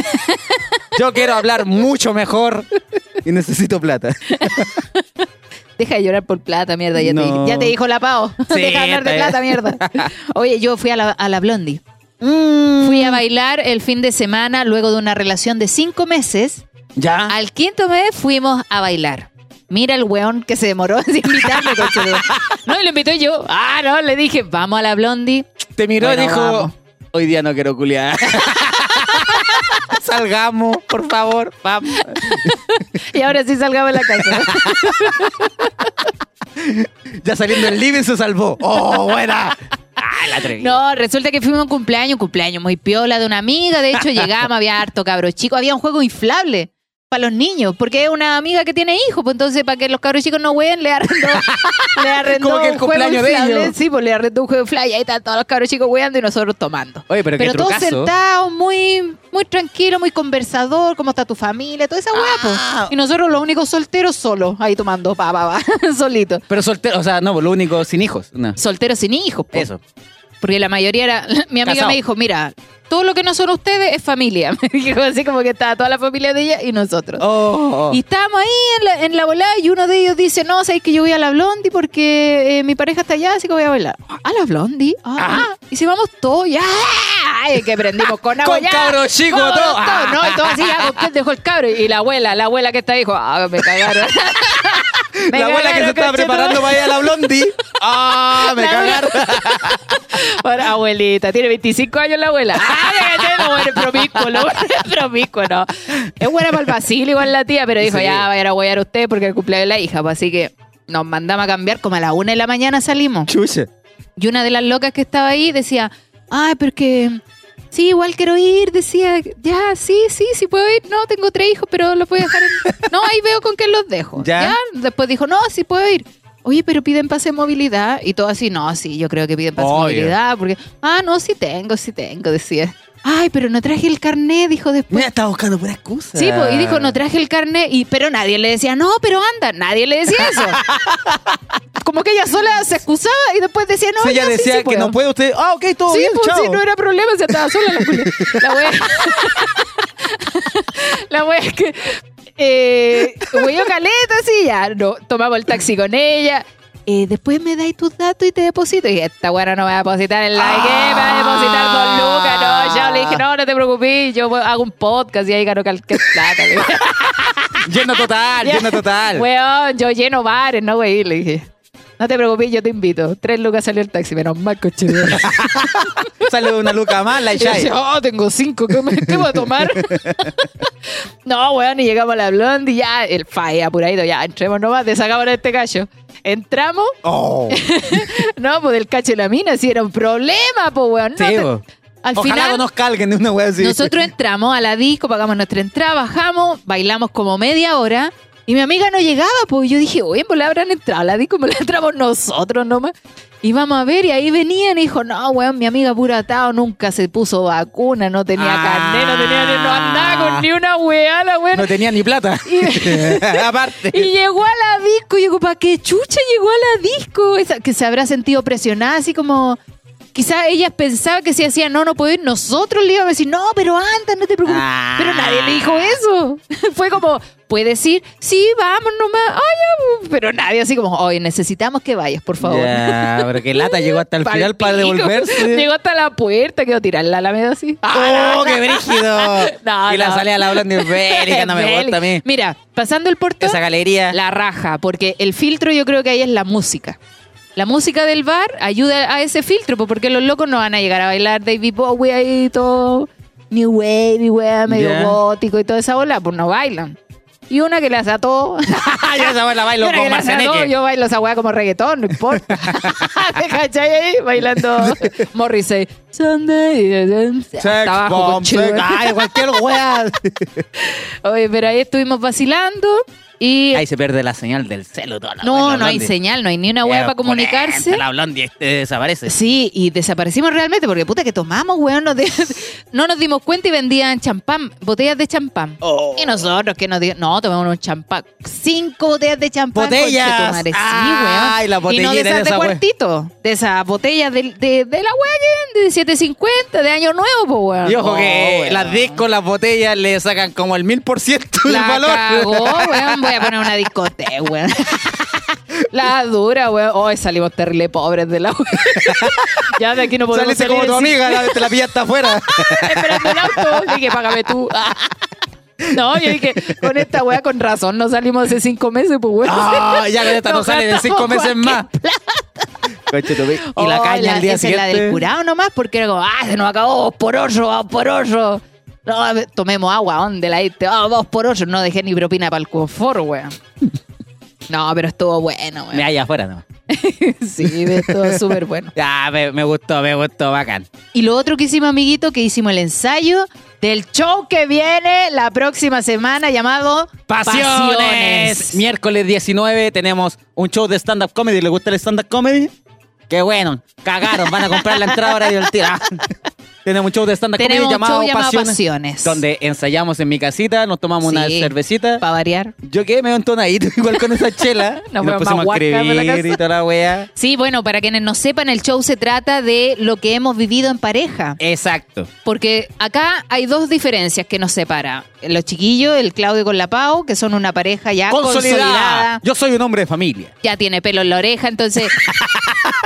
S4: Yo quiero hablar mucho mejor y necesito plata.
S5: Deja de llorar por plata, mierda. Ya, te,
S4: No.
S5: dije- ya te dijo la Pao.
S4: Sí,
S5: *laughs* Deja de hablar de
S4: está
S5: plata, mierda.
S4: *laughs*
S5: Oye, yo fui a la, a la Blondie.
S4: Mm.
S5: Fui a bailar el fin de semana luego de una relación de cinco meses.
S4: ¿Ya?
S5: Al quinto mes fuimos a bailar. Mira el weón que se demoró *laughs* en invitarme, coche de- No, y lo invitó yo. Ah, no, le dije, vamos a la Blondie.
S4: Te miró y
S5: Bueno,
S4: dijo,
S5: vamos.
S4: hoy día no quiero culiar. *laughs* Salgamos, por favor. Vamos.
S5: Y ahora sí salgamos de la casa.
S4: Ya saliendo el living se salvó. ¡Oh, buena! ¡Ah, la atrevida!
S5: No, resulta que fuimos a un cumpleaños, un cumpleaños muy piola de una amiga.
S4: *laughs*
S5: De hecho, llegamos, había harto cabros chicos. Había un juego inflable para los niños, porque es una amiga que tiene hijos. Pues entonces, para que los cabros chicos no hueen, le
S4: *laughs*
S5: arrendó, le arrendó
S4: Como que el
S5: un juego
S4: cumpleaños de
S5: inflable.
S4: ellos.
S5: Sí, pues le arrendó un juego inflable. Y ahí están todos los cabros chicos hueando y nosotros tomando.
S4: Oye, pero,
S5: Pero
S4: qué
S5: todos
S4: trucazo.
S5: sentados, muy, muy tranquilo, muy conversador, cómo está tu familia, toda esa hueá, pues.
S4: Ah.
S5: Y nosotros los únicos solteros solos, ahí tomando, pa, pa, pa, *laughs* solito.
S4: Pero soltero, o sea, no, lo único sin hijos. No.
S5: Solteros sin hijos, pues.
S4: Eso.
S5: Porque la mayoría era. *laughs* Mi amiga
S4: Casado.
S5: me dijo, mira, todo lo que no son ustedes es familia. *laughs* Me dijo así como que estaba toda la familia de ella y nosotros.
S4: Oh, oh.
S5: Y estábamos ahí en la, en la volada y uno de ellos dice, no, sabéis que yo voy a la Blondie porque eh, mi pareja está allá, así que voy a bailar. ¿A la Blondie? Ah. Y si vamos todos, ya. Ay, que prendimos con agua
S4: Con
S5: ya.
S4: cabros chicos,
S5: Vámonos
S4: todo. Ah.
S5: No, y todo así, ya, ¿con quién dejó el cabro? Y la abuela, la abuela que está ahí, dijo, ah, me cagaron. *laughs*
S4: *laughs*
S5: Me
S4: la abuela que
S5: cagaron,
S4: se estaba
S5: conchetumare.
S4: preparando para ir a la *laughs* blondie. ¡Ah, me
S5: La abuela-
S4: cagaron!
S5: *laughs* Ahora, abuelita, tiene 25 años la abuela. Ah, déjate, no, bueno, es promiscuo, no, *laughs* bueno, es promiscuo, no. Es buena para el vacío igual la tía, pero dijo,
S4: Sí.
S5: ya, vayan a huear ustedes porque el cumpleaños de la hija, pues, así que nos mandamos a cambiar, como a las una de la mañana salimos.
S4: Chucha.
S5: Y una de las locas que estaba ahí decía, ay, pero es que sí, igual quiero ir. Decía, ya, sí, sí, sí puedo ir. No, tengo tres hijos, pero los voy a dejar en... No, ahí veo con quién los dejo.
S4: Ya.
S5: ¿Ya? Después dijo, no, sí puedo ir. Oye, pero piden pase de movilidad. Y todo así, no, sí, yo creo que piden pase de
S4: Obvio.
S5: movilidad. Porque, ah, no, sí tengo, sí tengo, decía. Ay, pero no traje el carnet, dijo después.
S4: Mira, estaba buscando pura excusa.
S5: Sí, pues, y dijo, no traje el carnet, y, pero nadie le decía, no, pero anda, nadie le decía
S4: *laughs*
S5: eso. Como que ella sola se excusaba y después decía, no,
S4: Si
S5: ya,
S4: ella
S5: sí,
S4: decía
S5: sí
S4: que
S5: puedo".
S4: no puede usted. Ah, ok, todo
S5: Sí,
S4: bien,
S5: pues,
S4: chao.
S5: sí, no era problema, se estaba sola la culia. La
S4: *laughs*
S5: wea. La wea es que. Eh, yo caleta, sí, ya. No, tomamos el taxi con ella. Eh, después me dais tus datos y te deposito. Y dije, esta weá no me va a depositar en la
S4: Ah.
S5: que me va a depositar con Lucas. No, ya le dije, no, no te preocupes, yo hago un podcast y ahí gano cualquier plata. le dije.
S4: Lleno
S5: *laughs*
S4: total, lleno total.
S5: Weón, yo lleno bares, no, güey. Le dije, no te preocupes, yo te invito. Tres lucas salió el taxi, menos mal, coche.
S4: *laughs* Sale una luca más,
S5: *laughs*
S4: la
S5: Y yo
S4: echai.
S5: decía, oh, tengo cinco, ¿qué, me, qué voy a tomar? *laughs* no, weón, y llegamos a la blondie, ya, el fae apuradito, ya, entremos nomás, desacabamos este cacho. Entramos, *laughs*
S4: Oh.
S5: no, pues del cacho de la mina, si era un problema, pues weón. no
S4: Sí,
S5: te-
S4: po.
S5: Al
S4: Ojalá
S5: final,
S4: conozca a alguien de una wea así.
S5: nosotros entramos a la disco, pagamos nuestra entrada, bajamos, bailamos como media hora. Y mi amiga no llegaba, pues yo dije, oye, pues le habrán entrado a la disco, pues la entramos nosotros nomás. Y vamos a ver, y ahí venían y dijo, no, weón, mi amiga pura atado nunca se puso vacuna, no tenía
S4: Ah.
S5: carnet, no tenía, no andaba con ni una weá, la
S4: *laughs*
S5: weá.
S4: No tenía ni plata. *laughs* Aparte.
S5: *laughs* Y llegó a la disco. Y digo, ¿para qué chucha llegó a la disco? Esa- que se habrá sentido presionada, así como. Quizás ella pensaba que si hacía no, no puedo ir, nosotros le íbamos a decir, no, pero anda, no te preocupes.
S4: Ah.
S5: Pero nadie le dijo eso. *laughs* Fue como, puedes ir, sí, vamos nomás. Ay, ya, pero nadie así como, oye, necesitamos que vayas, por favor. *laughs*
S4: Ya, pero qué lata llegó hasta el
S5: Pa'l
S4: final para
S5: pico.
S4: devolverse.
S5: *laughs* Llegó hasta la puerta, quedó tirada en la alameda así.
S4: ¡Oh,
S5: *laughs*
S4: qué brígido!
S5: No,
S4: y la
S5: no.
S4: salida a la Blondie
S5: *laughs*
S4: es bélica, no me gusta a mí.
S5: Mira, pasando el portón.
S4: Esa galería.
S5: La raja, porque el filtro yo creo que ahí es la música. La música del bar ayuda a ese filtro, pues, porque los locos no van a llegar a bailar David Bowie ahí todo New Wave y wea medio
S4: Ya.
S5: gótico y toda esa bola, pues no bailan. Y una que le hace
S4: *laughs*
S5: a todo.
S4: yo esa wea la
S5: Y
S4: bailo
S5: una que
S4: con
S5: le hace a todo,
S4: Marceneque.
S5: yo bailo esa weá como reggaetón, no
S4: *laughs*
S5: importa. ¿Te cachai ahí? Bailando Morrissey. Sunday. eh,
S4: Sex
S5: Hasta abajo,
S4: bomb,
S5: conchetumare.
S4: sex- ay, cualquier wea.
S5: Oye, pero ahí estuvimos vacilando y...
S4: *laughs* Ahí se pierde la señal del celo. toda la wea,
S5: no,
S4: la
S5: no hay
S4: Blondie.
S5: señal, no hay ni una weá
S4: Eh,
S5: para comunicarse.
S4: ponente, La Blondie este, desaparece.
S5: Sí, y desaparecimos realmente porque puta que tomamos, weón. No, *laughs* no nos dimos cuenta y vendían champán, botellas de champán.
S1: Oh.
S5: Y nosotros que nos di- no, tomamos un champán, cinco botellas de champán.
S4: ¡Botellas!
S5: conchetumare, sí,
S4: ¡Ay,
S5: weón.
S4: la
S5: Y no
S4: botellera
S5: de
S4: de
S5: esas de,
S4: esa wea.
S5: cuartito, de esas botellas de, de, de la weón, de 750, de año nuevo, po, weón.
S4: Y ojo
S5: Oh,
S4: que
S5: weón.
S4: las discos, las botellas le sacan como el mil por ciento del
S5: La
S4: valor.
S5: cagó,
S4: *laughs*
S5: weón. Voy a poner una discoteca, weón. *laughs* La dura, weón. Hoy salimos terrible pobres de la weón. *laughs* ya de aquí no podemos
S4: Saliste
S5: salir
S4: como tu
S5: sin-
S4: amiga, la, te la pillaste
S5: *laughs*
S4: afuera.
S5: esperando el auto. Dije, págame tú. *laughs* No, yo dije, con esta weá, con razón, no salimos hace cinco meses, pues
S4: *laughs*
S5: weón.
S4: Ah, ya con esta no
S5: Nos
S4: sale en cinco
S5: gastamos
S4: meses más. *laughs* y la
S5: Oh,
S4: caña al día
S5: esa es
S4: siguiente.
S5: la del curado nomás, porque era como, ah, se nos acabó, vamos por otro, vamos por otro. No, a ver, tomemos agua, ¿dónde la diste? Ah, dos por ocho. No dejé ni propina para el confort, weón. No, pero estuvo bueno,
S4: Me
S5: weón.
S4: halla afuera nomás.
S5: *laughs* Sí, estuvo súper bueno.
S4: Ya, me, me gustó, me gustó, bacán.
S5: Y lo otro que hicimos, amiguito, que hicimos el ensayo del show que viene la próxima semana llamado
S4: Pasiones. Miércoles 19 tenemos un show de stand-up comedy. ¿Le gusta el stand-up comedy? Qué bueno. Cagaron. Van a comprar la entrada ahora *laughs* divertida. tenemos un show de stand-up comedy
S5: Tenemos un
S4: llamado,
S5: show llamado
S4: Pasiones,
S5: Pasiones.
S4: Donde ensayamos en mi casita, nos tomamos una
S5: Sí.
S4: cervecita.
S5: Para variar.
S4: Yo quedé medio entonadito *laughs* igual con esa chela.
S5: *laughs* No,
S4: Y nos
S5: pero más
S4: pusimos a
S5: guaca de la
S4: escribir y
S5: casa.
S4: toda la wea.
S5: Sí, bueno, para quienes no sepan, el show se trata de lo que hemos vivido en pareja.
S4: Exacto.
S5: Porque acá hay dos diferencias que nos separan. Los chiquillos, el Claudio con la Pau, que son una pareja ya
S4: Consolidada.
S5: consolidada.
S4: Yo soy un hombre de
S5: *laughs*
S4: familia.
S5: ya tiene pelo en la oreja, *laughs* entonces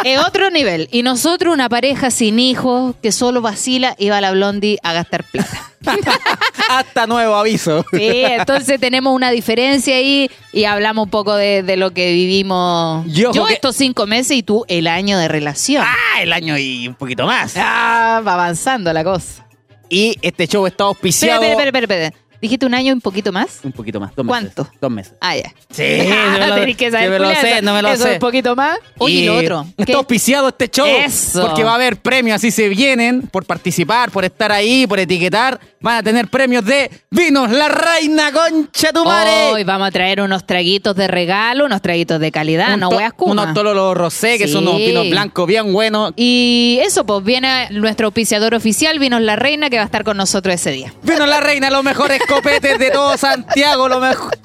S5: es otro nivel. Y nosotros, una pareja sin hijos, que solo vacila y va a la blondie a gastar plata.
S4: Hasta nuevo aviso.
S5: *laughs* Sí, entonces tenemos una diferencia ahí y hablamos un poco de, de lo que vivimos.
S4: Y ojo
S5: Yo
S4: que-
S5: estos cinco meses y tú el año de relación.
S4: Ah, el año y un poquito más.
S5: *laughs* Ah, va avanzando la cosa.
S4: Y este show está
S5: Espera,
S4: auspiciado.
S5: espera, espera, espera, espera. ¿Dijiste un año y un poquito más.
S4: Un poquito más. Dos
S5: ¿Cuánto?
S4: meses. Dos meses.
S5: Ah, ya.
S4: Sí,
S5: *laughs* Tenés que saber,
S4: sí, me lo
S5: Julián,
S4: sé,
S5: eso-
S4: no me lo
S5: eso
S4: sé.
S5: un poquito más. Oye, y
S4: Y
S5: lo otro.
S4: *laughs*
S5: ¿Qué?
S4: Está auspiciado este show.
S5: Eso.
S4: Porque va a haber premios, así se vienen, por participar, por estar ahí, por etiquetar. Van a tener premios de Vinos La Reina Concha tu madre.
S5: Hoy vamos a traer unos traguitos de regalo, unos traguitos de calidad,
S4: Un
S5: no
S4: to-
S5: weas Kuma.
S4: Unos Tololo Rosé, que son unos
S5: Sí.
S4: vinos blancos bien buenos.
S5: Y eso, pues viene nuestro auspiciador oficial, Vinos La Reina, que va a estar con nosotros ese día.
S4: Vinos La Reina, los mejores copetes de todo Santiago, lo mejor.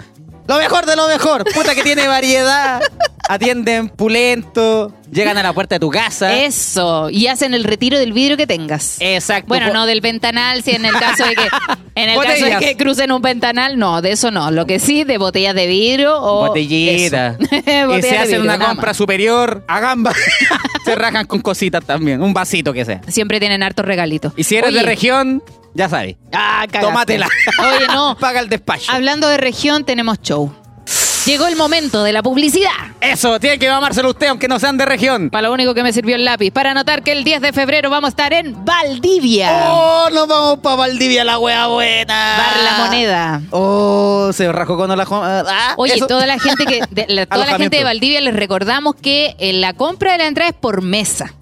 S4: Lo mejor de lo mejor, puta que tiene variedad. Atienden pulento, llegan a la puerta de tu casa.
S5: Eso, y hacen el retiro del vidrio que tengas.
S4: Exacto.
S5: Bueno,
S4: po-
S5: no del ventanal, si en el caso
S4: *laughs*
S5: de que en el caso de
S4: Botellas.
S5: que crucen un ventanal, no, de eso no. Lo que sí, de botellas de vidrio o *laughs*
S4: Botellita.
S5: Oh, eso. Botella
S4: y se
S5: de
S4: hacen
S5: vidrio,
S4: una
S5: nada
S4: compra
S5: más.
S4: superior a gamba. *laughs* se rajan con cositas también, un vasito que sea.
S5: Siempre tienen hartos regalitos.
S4: Y si eres de
S5: Oye,
S4: región, ya sabes.
S5: ah, cagaste.
S4: Tómatela.
S5: *laughs* Oye, no.
S4: *laughs* Paga el despacho.
S5: Hablando de región, tenemos show. Llegó el momento de la publicidad.
S4: Eso, tiene que mamárselo usted, aunque no sean de región.
S5: Para lo único que me sirvió el lápiz, para anotar que el 10 de febrero vamos a estar en Valdivia.
S4: ¡Oh, nos vamos para Valdivia, la wea buena!
S5: Bar La Moneda.
S4: ¡Oh, se rajó con la... Ah,
S5: Oye,
S4: eso.
S5: toda la gente que de,
S4: *laughs*
S5: la- toda la
S4: Alojamiento.
S5: gente de Valdivia les recordamos que eh, la compra de la entrada es por mesa.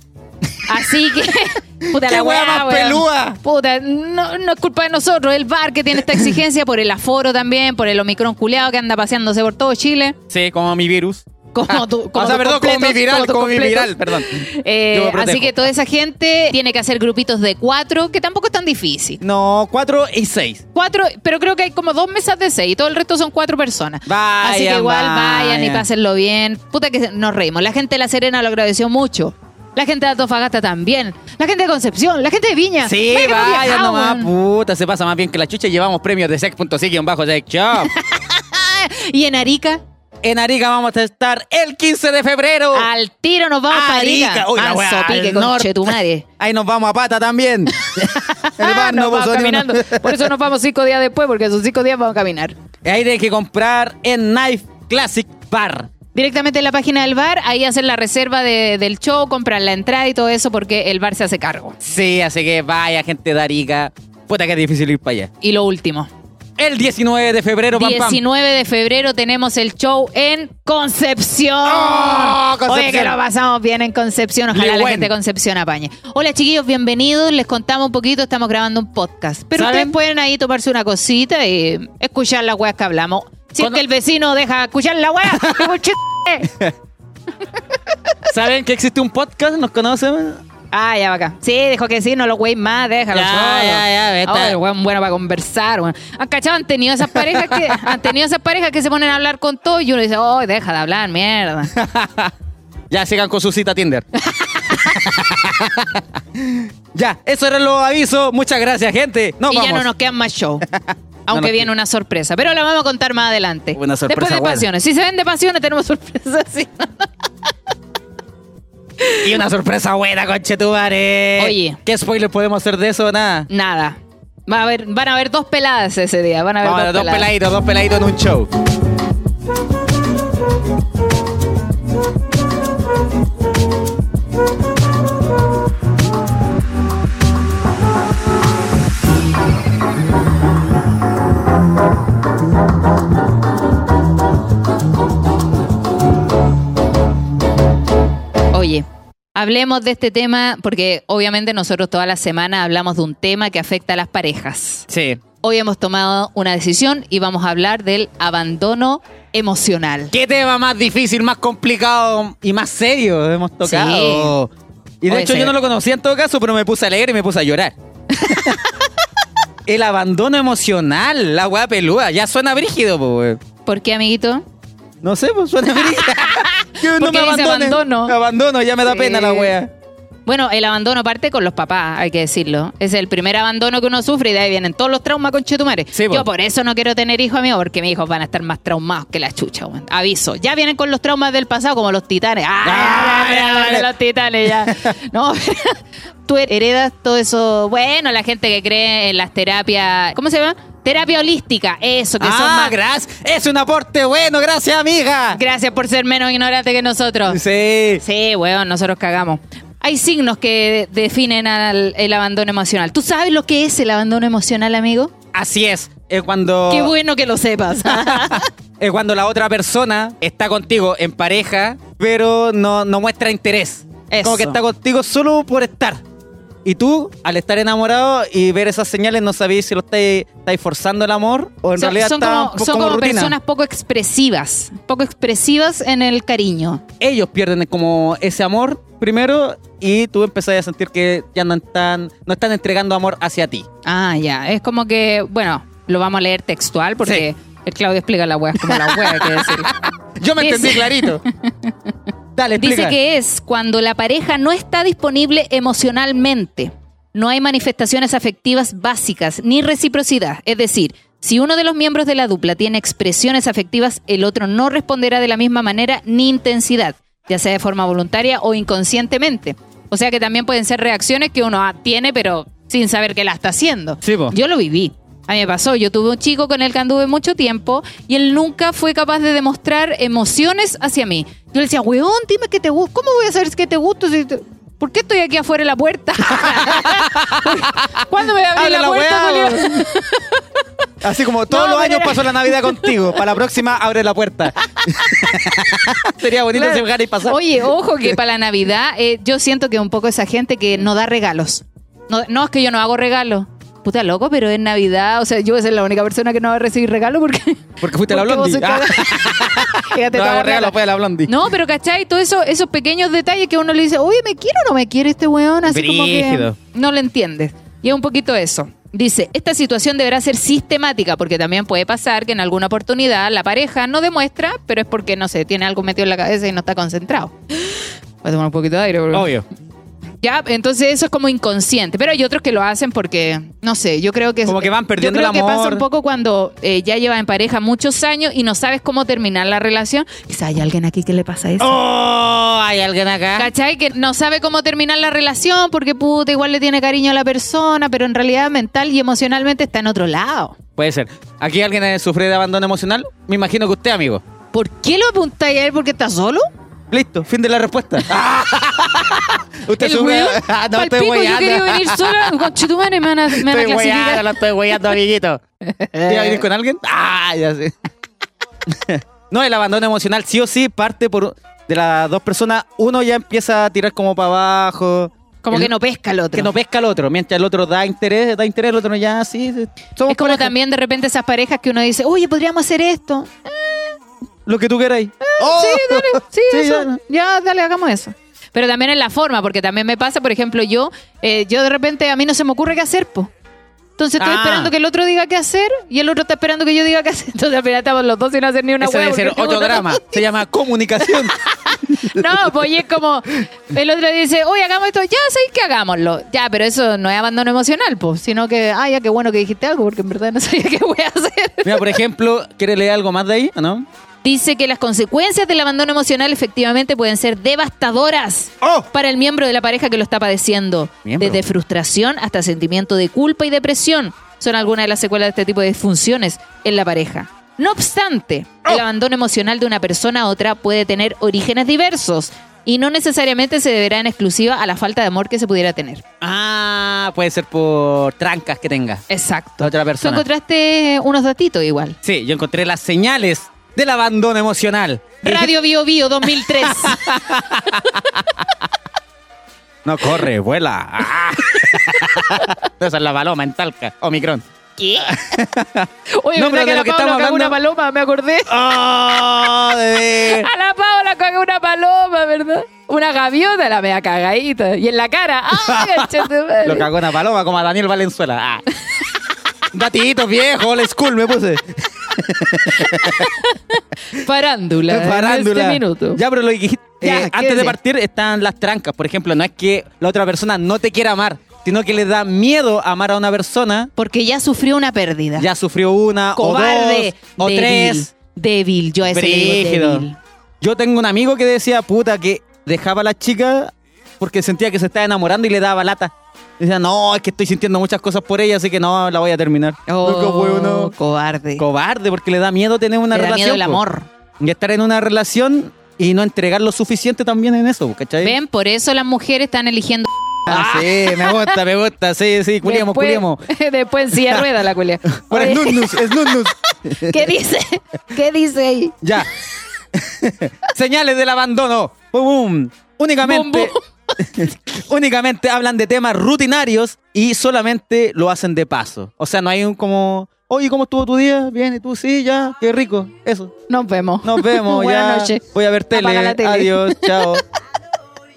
S5: Así
S4: *laughs*
S5: que puta
S4: ¡Qué
S5: la
S4: wea
S5: weá,
S4: más
S5: weón.
S4: pelúa!
S5: Puta, no, no es culpa de nosotros, el bar que tiene esta exigencia por el aforo también, por el Omicron culeado que anda paseándose por todo Chile.
S4: Sí, como mi virus.
S5: Como tú, como
S4: Ah, o sea,
S5: tus
S4: perdón, como mi
S5: completos,
S4: viral,
S5: como tus
S4: como mi
S5: completos.
S4: viral, perdón.
S5: Eh,
S4: Yo me protejo.
S5: así que toda esa gente tiene que hacer grupitos de cuatro, que tampoco es tan difícil.
S4: No, cuatro y seis.
S5: Cuatro, pero creo que hay como dos mesas de seis y todo el resto son cuatro personas. así
S4: Vayan,
S5: que igual vayan, y
S4: vayan.
S5: pásenlo bien. Puta que nos reímos. La gente de La Serena lo agradeció mucho. La gente de Antofagasta también. La gente de Concepción, la gente de Viña.
S4: Sí,
S5: Mira que hemos
S4: vaya
S5: viajado,
S4: nomás,
S5: weón.
S4: puta, se pasa más bien que la chucha. Llevamos premios de sex.6-sex shop.
S5: Y en Arica,
S4: en Arica vamos a estar el 15 de febrero.
S5: al tiro nos vamos para
S4: Oh. Arica.
S5: Arica.
S4: Uy, la
S5: Manso
S4: weá,
S5: pique,
S4: al norte.
S5: conchetumare.
S4: Ahí nos vamos a pata
S5: *laughs*
S4: también. *laughs* el
S5: Ah,
S4: bar
S5: nos
S4: no
S5: vamos
S4: puso ni
S5: caminando.
S4: uno.
S5: Por eso nos vamos cinco días después, porque esos cinco días vamos a caminar.
S4: *laughs* Ahí hay que comprar en Knife Classic Bar.
S5: Directamente en la página del bar, ahí hacen la reserva de- del show, compran la entrada y todo eso, porque el bar se hace cargo.
S4: Sí, así que vaya gente de Arica. Puta que es difícil ir para allá.
S5: Y lo último,
S4: El 19 de febrero, pam, pam.
S5: 19 de febrero tenemos el show en Concepción.
S4: ¡Oh, Concepción!
S5: Oye, que lo pasamos bien en Concepción. Ojalá la
S4: Ligüen.
S5: gente de Concepción apañe. Hola, chiquillos, bienvenidos. Les contamos un poquito, estamos grabando un podcast. Pero
S4: ¿Saben?
S5: ustedes pueden ahí tomarse una cosita y escuchar las weas que hablamos. Si es
S4: Cono-
S5: que el vecino deja escuchar la
S4: *laughs*
S5: wea, qué mucho-
S4: ¿Saben que existe un podcast? ¿Nos conocen?
S5: Ah, ya va acá. Sí, dijo que sí, no lo güey más, déjalo.
S4: Ya,
S5: solo.
S4: ya, ya, vete.
S5: Ay, weón, bueno para conversar, weón. ¿Han cachado? Han tenido esas
S4: *laughs*
S5: parejas que, han tenido esas parejas que se ponen a hablar con todo y uno dice, oh, deja de
S4: *laughs*
S5: hablar, mierda.
S4: Ya sigan con su cita
S5: *laughs*
S4: Tinder. ya, eso eran los avisos. Muchas gracias, gente. Nos
S5: y
S4: vamos.
S5: ya no nos quedan más show.
S4: *laughs*
S5: Aunque
S4: nos
S5: viene una sorpresa, pero la vamos a contar más adelante.
S4: Una sorpresa
S5: Después de
S4: buena.
S5: pasiones. Si se ven de pasiones, tenemos sorpresas. *laughs* sí.
S4: Y una sorpresa buena, conchetumare.
S5: Oye.
S4: ¿Qué spoiler podemos hacer de eso? Nada.
S5: Nada. Va a haber, van a haber dos peladas ese día. Van a haber
S4: Vamos,
S5: dos,
S4: dos
S5: peladas.
S4: peladitos, dos peladitos en un show.
S5: Hablemos de este tema porque obviamente nosotros toda la semana hablamos de un tema que afecta a las parejas.
S4: Sí.
S5: Hoy hemos tomado una decisión y vamos a hablar del abandono emocional.
S4: ¿Qué tema más difícil, más complicado y más serio hemos tocado? Y de
S5: Puede
S4: hecho yo
S5: ser.
S4: no lo conocía en todo caso, pero me puse alegre y me puse a
S5: *laughs*
S4: llorar. El abandono emocional, la weá pelúa, ya suena brígido, po, weón.
S5: ¿Por qué, amiguito?
S4: No sé, pues suena
S5: *laughs*
S4: brígido. Que
S5: Porque dice
S4: abandonen.
S5: abandono.
S4: Abandono, ya me da
S5: Sí.
S4: pena la weá.
S5: Bueno, el abandono parte con los papás, hay que decirlo. Es el primer abandono que uno sufre y de ahí vienen todos los traumas con Chetumare.
S4: Sí, po.
S5: Yo por eso no quiero tener hijos, amigo, porque mis hijos van a estar más traumados que la chucha, weón. Aviso. Ya vienen con los traumas del pasado, como los titanes. ¡Ah!
S4: Ah,
S5: ya, ya,
S4: vale.
S5: ya, Los
S4: *laughs*
S5: titanes, ya. No, *laughs* tú heredas todo eso. Bueno, la gente que cree en las terapias. ¿Cómo se llama? Terapia holística. Eso, que son
S4: Ah,
S5: más.
S4: gracias. Es un aporte bueno, gracias, amiga.
S5: Gracias por ser menos ignorante que nosotros.
S4: Sí.
S5: Sí, weón, nosotros cagamos. Hay signos que definen al- el abandono emocional. ¿Tú sabes lo que es el abandono emocional, amigo? Ah,
S4: Así es. Es cuando.
S5: Qué bueno que lo *laughs* sepas.
S4: es cuando la otra persona está contigo en pareja, pero no, no muestra interés.
S5: Eso.
S4: Como que está contigo solo por estar. Y tú, al estar enamorado y ver esas señales, no sabéis si lo estáis, estáis forzando el amor o en
S5: son,
S4: realidad
S5: son
S4: está
S5: como,
S4: un poco
S5: son como
S4: rutina.
S5: personas poco expresivas, poco expresivas en el cariño.
S4: Ellos pierden como ese amor primero y tú empezás a sentir que ya no están, no están entregando amor hacia ti.
S5: Ah, ya. Es como que, bueno, lo vamos a leer textual porque el Claudio explica la wea como la wea, hay que
S4: *laughs*
S5: decirlo.
S4: Yo me
S5: Dice-
S4: entendí *laughs* clarito. Dale, explica.
S5: Dice que es cuando la pareja no está disponible emocionalmente. No hay manifestaciones afectivas básicas ni reciprocidad. Es decir, si uno de los miembros de la dupla tiene expresiones afectivas, el otro no responderá de la misma manera ni intensidad, ya sea de forma voluntaria o inconscientemente. O sea que también pueden ser reacciones que uno ah, tiene, pero sin saber que la está haciendo.
S4: Sí, po.
S5: Yo lo viví. A mí me pasó, yo tuve un chico con el que anduve mucho tiempo y él nunca fue capaz de demostrar emociones hacia mí. Yo le decía, weón, dime que te gusta. ¿Cómo voy a saber que te gusta? Si te- ¿Por qué estoy aquí afuera de la puerta? *laughs* ¿Cuándo me voy a abrir
S4: Abre
S5: la,
S4: la
S5: puerta,
S4: weá,
S5: culiao?
S4: Así como todos
S5: No,
S4: los
S5: pero
S4: años
S5: era-
S4: paso la Navidad contigo. Para la próxima, abre la
S5: *laughs*
S4: puerta. Sería bonito
S5: Claro.
S4: si llegara y pasar.
S5: Oye, ojo que para la Navidad eh, yo siento que un poco esa gente que no da regalos. No, no, es que yo no hago regalos. Puta loco, pero es Navidad, o sea, yo voy a ser la única persona que no va a recibir regalo porque...
S4: Porque fuiste la
S5: *laughs* porque vos
S4: blondie.
S5: sois
S4: Ah. *laughs*
S5: cagada. Fíjate,
S4: No
S5: toda
S4: hago
S5: la
S4: regalo,
S5: plata.
S4: pues, a la blondie.
S5: No, pero ¿cachai? Todos eso, esos pequeños detalles que uno le dice, oye, ¿me quiere o no me quiere este weón? Así como
S4: Brígido.
S5: que no lo entiendes. Y es un poquito eso. Dice, esta situación deberá ser sistemática porque también puede pasar que en alguna oportunidad la pareja no demuestra, pero es porque, no sé, tiene algo metido en la cabeza y no está concentrado. *gasps* Voy a tomar un poquito de aire. porque-
S4: Obvio.
S5: Ya, entonces eso es como inconsciente. Pero hay otros que lo hacen porque, no sé, yo creo que...
S4: Como que van perdiendo
S5: Yo creo
S4: el
S5: que pasa
S4: amor.
S5: un poco cuando eh, ya llevas en pareja muchos años y no sabes cómo terminar la relación. Quizá hay alguien aquí que le pasa eso.
S4: ¡Oh! Hay alguien acá.
S5: ¿Cachai? Que no sabe cómo terminar la relación porque puta, igual le tiene cariño a la persona, pero en realidad mental y emocionalmente está en otro lado.
S4: Puede ser. ¿Aquí alguien eh, sufre de abandono emocional? Me imagino que usted, amigo.
S5: ¿Por qué lo apuntáis a él porque está solo?
S4: Listo, fin de la respuesta. *laughs* usted
S5: El
S4: sufre.
S5: weón,
S4: *laughs* Ah, no,
S5: palpico,
S4: estoy
S5: yo quería venir
S4: *laughs*
S5: sola, con me van a, me van a
S4: Estoy
S5: clasificar.
S4: weyando, lo estoy weyando, *laughs* amiguito. ¿Te iba a venir con alguien? Ah, ya sé. *laughs* no, el abandono emocional sí o sí parte por de las dos personas. Uno ya empieza a tirar como para abajo.
S5: Como
S4: El-
S5: que no pesca el otro.
S4: Que no pesca al otro. Mientras el otro da interés, da interés, el otro ya sí. sí. Somos
S5: es como
S4: pareja.
S5: también de repente esas parejas que uno dice, oye, podríamos hacer esto.
S4: Lo que tú queráis. *laughs* Oh.
S5: Ah, Sí, dale, sí,
S4: Sí,
S5: eso.
S4: dale.
S5: Ya, dale, hagamos eso. Pero también en la forma, porque también me pasa, por ejemplo, yo, eh, yo de repente a mí no se me ocurre qué hacer, po. Entonces estoy
S4: Ah.
S5: esperando que el otro diga qué hacer y el otro está esperando que yo diga qué hacer. *laughs* Entonces al final estamos los dos sin hacer ni una
S4: Ese
S5: hueá,
S4: debe ser
S5: porque
S4: otro
S5: estamos-
S4: drama. Se llama comunicación.
S5: *laughs* No, pues y es como el otro dice, oye, hagamos esto, ya sé que hagámoslo. Ya, pero eso no es abandono emocional, pues, sino que, ah, ya qué bueno que dijiste algo, porque en verdad no *laughs* sabía qué voy a hacer.
S4: Mira, por ejemplo, ¿quieres leer algo más de ahí o no?
S5: Dice que las consecuencias del abandono emocional efectivamente pueden ser devastadoras
S4: ¡Oh!
S5: para el miembro de la pareja que lo está padeciendo.
S4: Miembro.
S5: Desde frustración hasta sentimiento de culpa y depresión son algunas de las secuelas de este tipo de disfunciones en la pareja. No obstante,
S4: Oh.
S5: el abandono emocional de una persona a otra puede tener orígenes diversos y no necesariamente se deberá en exclusiva a la falta de amor que se pudiera tener.
S4: Ah, puede ser por trancas que tenga.
S5: Exacto.
S4: La otra
S5: Tú
S4: persona.
S5: encontraste unos datitos igual.
S4: Sí, yo encontré las señales del *laughs* abandono emocional.
S5: Radio Bio Bio 2003.
S4: No corre, vuela. *laughs* Ah. Esa es la paloma en Talca, Omicron.
S5: ¿Qué? Oye,
S4: No, pero
S5: ¿verdad
S4: de
S5: que
S4: lo
S5: la
S4: que
S5: Paola
S4: estamos
S5: cagó una
S4: hablando-
S5: paloma? Me acordé.
S4: ¡Oh, bebé!
S5: A la Paola cagó una paloma, ¿verdad? Una gaviota la mea cagadita. Y en
S4: *laughs*
S5: la cara. ¡Ay, conchetumadre!
S4: Lo cagó una paloma como a Daniel Valenzuela. Ah. Datitos viejo, old school me puse.
S5: Farándula. en
S4: Farándula.
S5: Este minuto.
S4: Ya, pero lo que dijiste,
S5: Ya,
S4: eh,
S5: ¿qué
S4: antes de
S5: decía?
S4: partir están las trancas. Por ejemplo, no es que la otra persona no te quiera amar, sino que le da miedo amar a una persona.
S5: Porque ya sufrió una pérdida.
S4: Ya sufrió una,
S5: Cobarde.
S4: o dos, o
S5: débil,
S4: tres.
S5: Débil. Yo a ese le digo
S4: Brígido.
S5: débil.
S4: Yo tengo un amigo que decía, puta, que dejaba a la chica porque sentía que se estaba enamorando y le daba lata. Decía, no, es que estoy sintiendo muchas cosas por ella, así que no, la voy a terminar.
S5: Oh,
S4: Loco, weón, no.
S5: cobarde.
S4: Cobarde, porque le da miedo tener una
S5: Le da
S4: relación. pues.
S5: miedo el
S4: po.
S5: amor.
S4: Y estar en una relación y no entregar lo suficiente también en eso, ¿cachai?
S5: Ven, por eso las mujeres están
S4: *laughs*
S5: eligiendo.
S4: Ah, sí, me gusta, me gusta, sí, sí, culiamos,
S5: después,
S4: culiamos.
S5: *laughs* después en silla de rueda
S4: *laughs*
S5: la culia.
S4: Ahora es nunus, es nunus.
S5: ¿Qué dice? ¿Qué dice ahí?
S4: Ya. *laughs* Señales del abandono. Bum, bum. Únicamente.
S5: Bum,
S4: *laughs* únicamente hablan de temas rutinarios y solamente lo hacen de paso. O sea, no hay un como. Oye, ¿cómo estuvo tu día? Bien, ¿y tú? Sí, ya, qué rico. Eso.
S5: Nos vemos. *laughs*
S4: Nos vemos, ya.
S5: Buenas noches.
S4: Voy a ver
S5: Apaga
S4: tele.
S5: la tele. *laughs*
S4: Adiós, chao.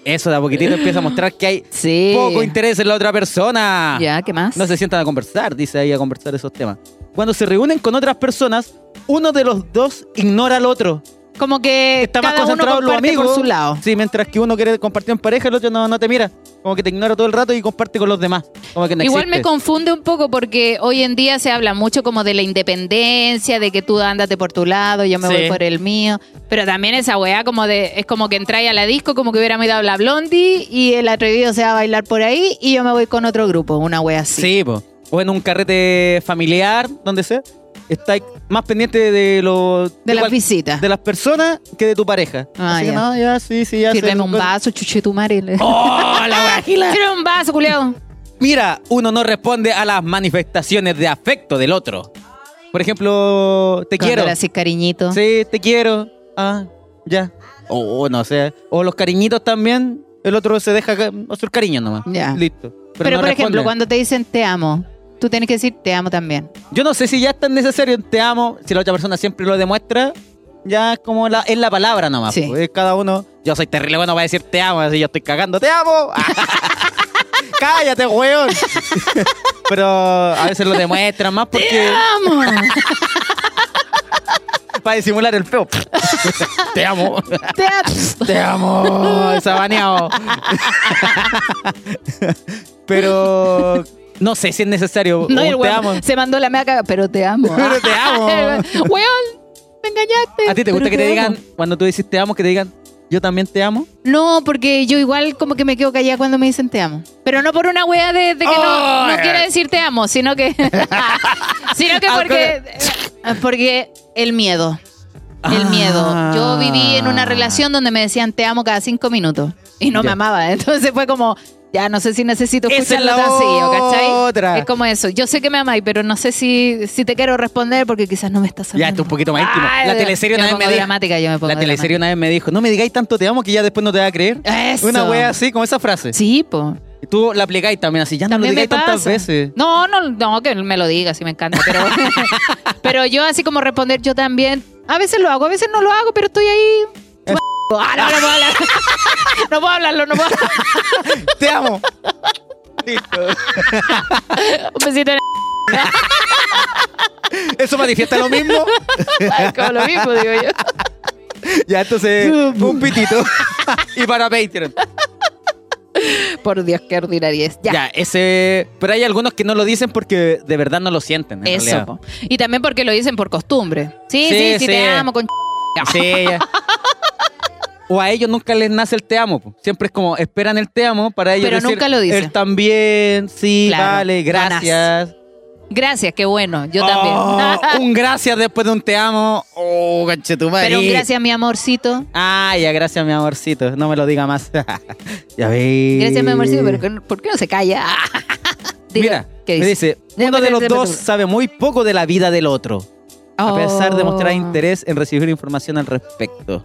S4: Eso de a poquitito empieza a mostrar que hay
S5: Sí.
S4: poco interés en la otra persona.
S5: Ya, ¿qué más?
S4: No se sientan a conversar, dice ahí a conversar esos temas. Cuando se reúnen con otras personas, uno de los dos ignora al otro.
S5: Como que
S4: Está más
S5: cada
S4: concentrado
S5: uno
S4: en los
S5: comparte
S4: amigos.
S5: por su lado.
S4: Sí, mientras que uno quiere compartir en pareja, el otro no, no te mira. Como que te ignora todo el rato y comparte con los demás. Como que no
S5: Igual me
S4: existe.
S5: confunde un poco porque hoy en día se habla mucho como de la independencia, de que tú ándate por tu lado, yo me
S4: Sí.
S5: voy por el mío. Pero también esa weá como de, es como que entráis a la disco, como que hubiéramos ido a la blondie y el atrevido se va a bailar por ahí y yo me voy con otro grupo, una weá así.
S4: Sí, po. O en un carrete familiar, donde sea. Estás más pendiente de los
S5: De las
S4: cual-
S5: visitas.
S4: de las personas que de tu pareja.
S5: Ah,
S4: Así que
S5: ya.
S4: no, ya, sí, sí, ya.
S5: Sírveme
S4: sé,
S5: un
S4: pues-
S5: vaso, chuche tu *laughs* madre.
S4: *laughs* ¡Oh, la wea gila!
S5: Sírveme un vaso, culiao.
S4: Mira, uno no responde a las manifestaciones de afecto del otro. Por ejemplo, te
S5: Cuando
S4: quiero.
S5: le haces cariñito.
S4: Sí, te quiero. Ah, ya. O no sé. O los cariñitos también. El otro se deja ca- hacer cariño nomás.
S5: Ya.
S4: Listo.
S5: Pero,
S4: no
S5: por ejemplo,
S4: responde.
S5: cuando te dicen te amo, tú tienes que decir te amo *laughs* también.
S4: Yo no sé si ya es tan necesario un te amo. Si la otra persona siempre lo demuestra, ya es como la, es la palabra nomás.
S5: Sí.
S4: pues, es cada uno. Yo soy terrible bueno para decir te amo. Así yo estoy cagando. ¡Te amo! *laughs* ¡Cállate, weón! *laughs* Pero a veces lo demuestran más porque.
S5: ¡Amo!
S4: *laughs* Para disimular el
S5: *laughs*
S4: peo. te amo.
S5: te amo.
S4: Te
S5: *laughs*
S4: amo, oh. sabaneado. Pero no sé si es necesario.
S5: No,
S4: un
S5: y
S4: te
S5: el weón
S4: amo.
S5: se mandó la meaca, *laughs* pero te amo. *laughs* Ah,
S4: Pero te amo.
S5: weón, me
S4: *laughs*
S5: engañaste.
S4: ¿A ti te
S5: pero
S4: gusta que te digan,
S5: amo.
S4: cuando tú dices te amo, que te digan, yo también te amo?
S5: No, porque yo igual como que me quedo callada cuando me dicen te amo. Pero no por una wea de, de que no, no quiero decir te amo, sino
S4: *laughs*
S5: que. sino
S4: Ah,
S5: que porque. eh, porque el miedo. El
S4: Ah.
S5: miedo. Yo viví en una relación donde me decían te amo cada cinco minutos. Y no
S4: Ya.
S5: me amaba. *laughs* Entonces fue como. Ya no sé si necesito
S4: Esa es
S5: escucharlo
S4: la
S5: tan seguido, ¿cachai?
S4: otra.
S5: Es como eso. Yo sé que me amáis, pero no sé si, si te quiero responder porque quizás no me estás amando.
S4: Ya, esto es un poquito más íntimo.
S5: Ay,
S4: la teleserie
S5: yo
S4: una
S5: me
S4: vez me
S5: pongo
S4: dijo.
S5: dramática, yo me pongo
S4: la teleserie
S5: dramática.
S4: una vez me dijo, no me digáis tanto te amo que ya después no te va a creer.
S5: Eso.
S4: Una wea así, como esa frase.
S5: Sí, po.
S4: Y Tú la aplicáis también así, ya Ah, no lo
S5: También me
S4: digáis tantas
S5: pasa. *laughs*
S4: veces.
S5: No, no, no, que me lo diga, si me encanta. Pero, *laughs* pero yo así como responder yo también. A veces lo hago, a veces no lo hago, pero estoy ahí. *laughs* Ah, no, no puedo hablar. *laughs* No puedo hablarlo, no puedo.
S4: Te amo. *laughs* Listo.
S5: Un besito en
S4: Eso manifiesta lo
S5: *laughs*
S4: mismo.
S5: el como lo mismo, digo yo.
S4: Ya, entonces, un pitito. *laughs* y para Patreon.
S5: *laughs* Por Dios, qué ordinaria es.
S4: Ya.
S5: Ya.
S4: ese. Pero hay algunos que no lo dicen porque de verdad no lo sienten. en
S5: Eso.
S4: realidad.
S5: po. Y también porque lo dicen por costumbre. Sí,
S4: Sí,
S5: sí, sí,
S4: sí.
S5: te amo con
S4: Sí, ya. O a ellos nunca les nace el te amo. po. Siempre es como esperan el te amo para ellos.
S5: Pero
S4: decir,
S5: nunca lo dicen.
S4: Él también, sí,
S5: Claro,
S4: vale,
S5: no nace.
S4: gracias.
S5: Gracias, qué bueno. Yo *laughs*
S4: Oh,
S5: también.
S4: un gracias después de un te amo. Oh, canchetumare.
S5: Pero un gracias, mi amorcito.
S4: Ah, ya, gracias, mi amorcito. No me lo diga más. *laughs* ya ves.
S5: Gracias, mi amorcito. Pero ¿por- ¿por qué no se calla? *laughs*
S4: Mira,
S5: ¿qué
S4: me dice,
S5: dice?
S4: uno
S5: Déjame este
S4: de
S5: ver,
S4: los
S5: déjame
S4: dos
S5: ver.
S4: sabe muy poco de la vida del otro, a pesar de mostrar
S5: Oh.
S4: interés en recibir información al respecto.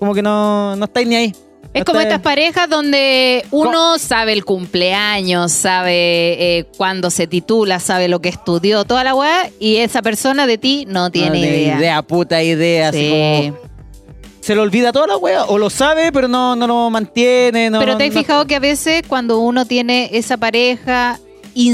S4: Como que no, no estáis ni ahí.
S5: Es como
S4: Hasta-
S5: estas parejas donde uno sabe el cumpleaños, sabe eh, cuándo se titula, sabe lo que estudió, toda la weá, y esa persona de ti no
S4: No
S5: tiene idea.
S4: puta idea. así
S5: Sí.
S4: como- se le olvida toda la wea. O lo sabe, pero no, no lo mantiene. No,
S5: Pero te has
S4: no-
S5: fijado que a veces cuando uno tiene esa pareja,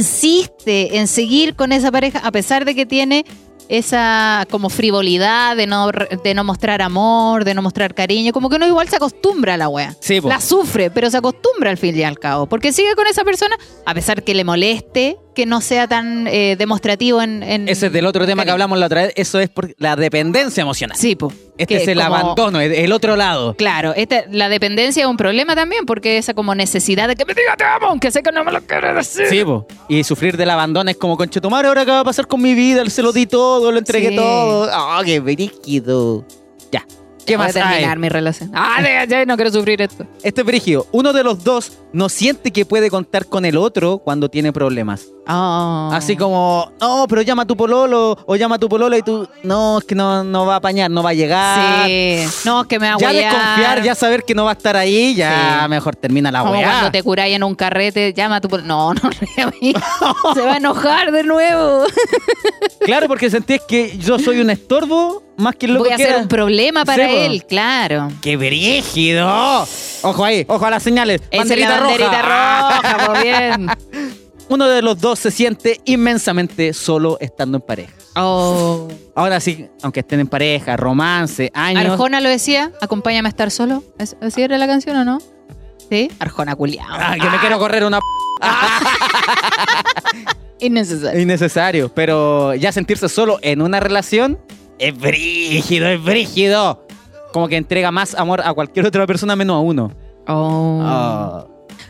S5: insiste en seguir con esa pareja a pesar de que tiene esa como frivolidad de no, re- de no mostrar amor, de no mostrar cariño, como que uno igual se acostumbra a la wea.
S4: Sí, po.
S5: La sufre, pero se acostumbra al fin y al cabo, porque sigue con esa persona a pesar que le moleste, que no sea tan eh, demostrativo en, en-
S4: Ese es del otro tema que
S5: cariño.
S4: hablamos la otra vez. Eso es por la dependencia emocional.
S5: Sí, po.
S4: este
S5: Que
S4: es el
S5: como-
S4: abandono, el, el otro lado.
S5: Claro, esta, la dependencia es un problema también, porque esa como necesidad de que me diga te amo, aunque sé que no me lo quieres decir.
S4: Sí, po. Y sufrir del abandono es como, conchetumare, ¿ahora qué va a pasar con mi vida? Se lo di todo, lo entregué
S5: Sí.
S4: todo. ¡Ah, qué brígido! Ya. ¿Qué
S5: Voy a
S4: más hay?
S5: terminar mi relación. Ah, ya, ya, no quiero sufrir esto.
S4: Este es brígido. Uno de los dos no siente que puede contar con el otro cuando tiene problemas. Así como, no, pero llama a tu pololo o llama a tu polola y tú, no, es que no, no va a apañar, no va a llegar.
S5: Sí. No, es que me va a
S4: ah. Ya
S5: huear.
S4: desconfiar, ya saber que no va a estar ahí, ya
S5: Sí.
S4: mejor termina la
S5: Como
S4: weá.
S5: cuando te curáis en un carrete, llama a tu... pol- No, *laughs* no, ría a mí.
S4: *laughs*
S5: se va a enojar de nuevo.
S4: Claro, porque sentís que yo soy un estorbo más que lo
S5: Voy
S4: que
S5: a hacer un problema para
S4: Sí, po.
S5: él, claro.
S4: ¡Qué brígido! Ojo ahí, ojo a las señales.
S5: Esa es
S4: Banderita
S5: la
S4: roja.
S5: banderita roja, po,
S4: *laughs*
S5: bien.
S4: Uno de los dos se siente inmensamente solo estando en pareja.
S5: Oh.
S4: Ahora sí, aunque estén en pareja, romance, años.
S5: Arjona lo decía, acompáñame a estar solo. ¿Es- ¿Así era la canción o no? Sí, Arjona culiao.
S4: Ah, que me quiero correr una p-
S5: Innecesario.
S4: innecesario. Pero ya sentirse solo en una relación es brígido, es brígido. Como que entrega más amor a cualquier otra persona menos a uno.
S5: Oh.
S4: Ah.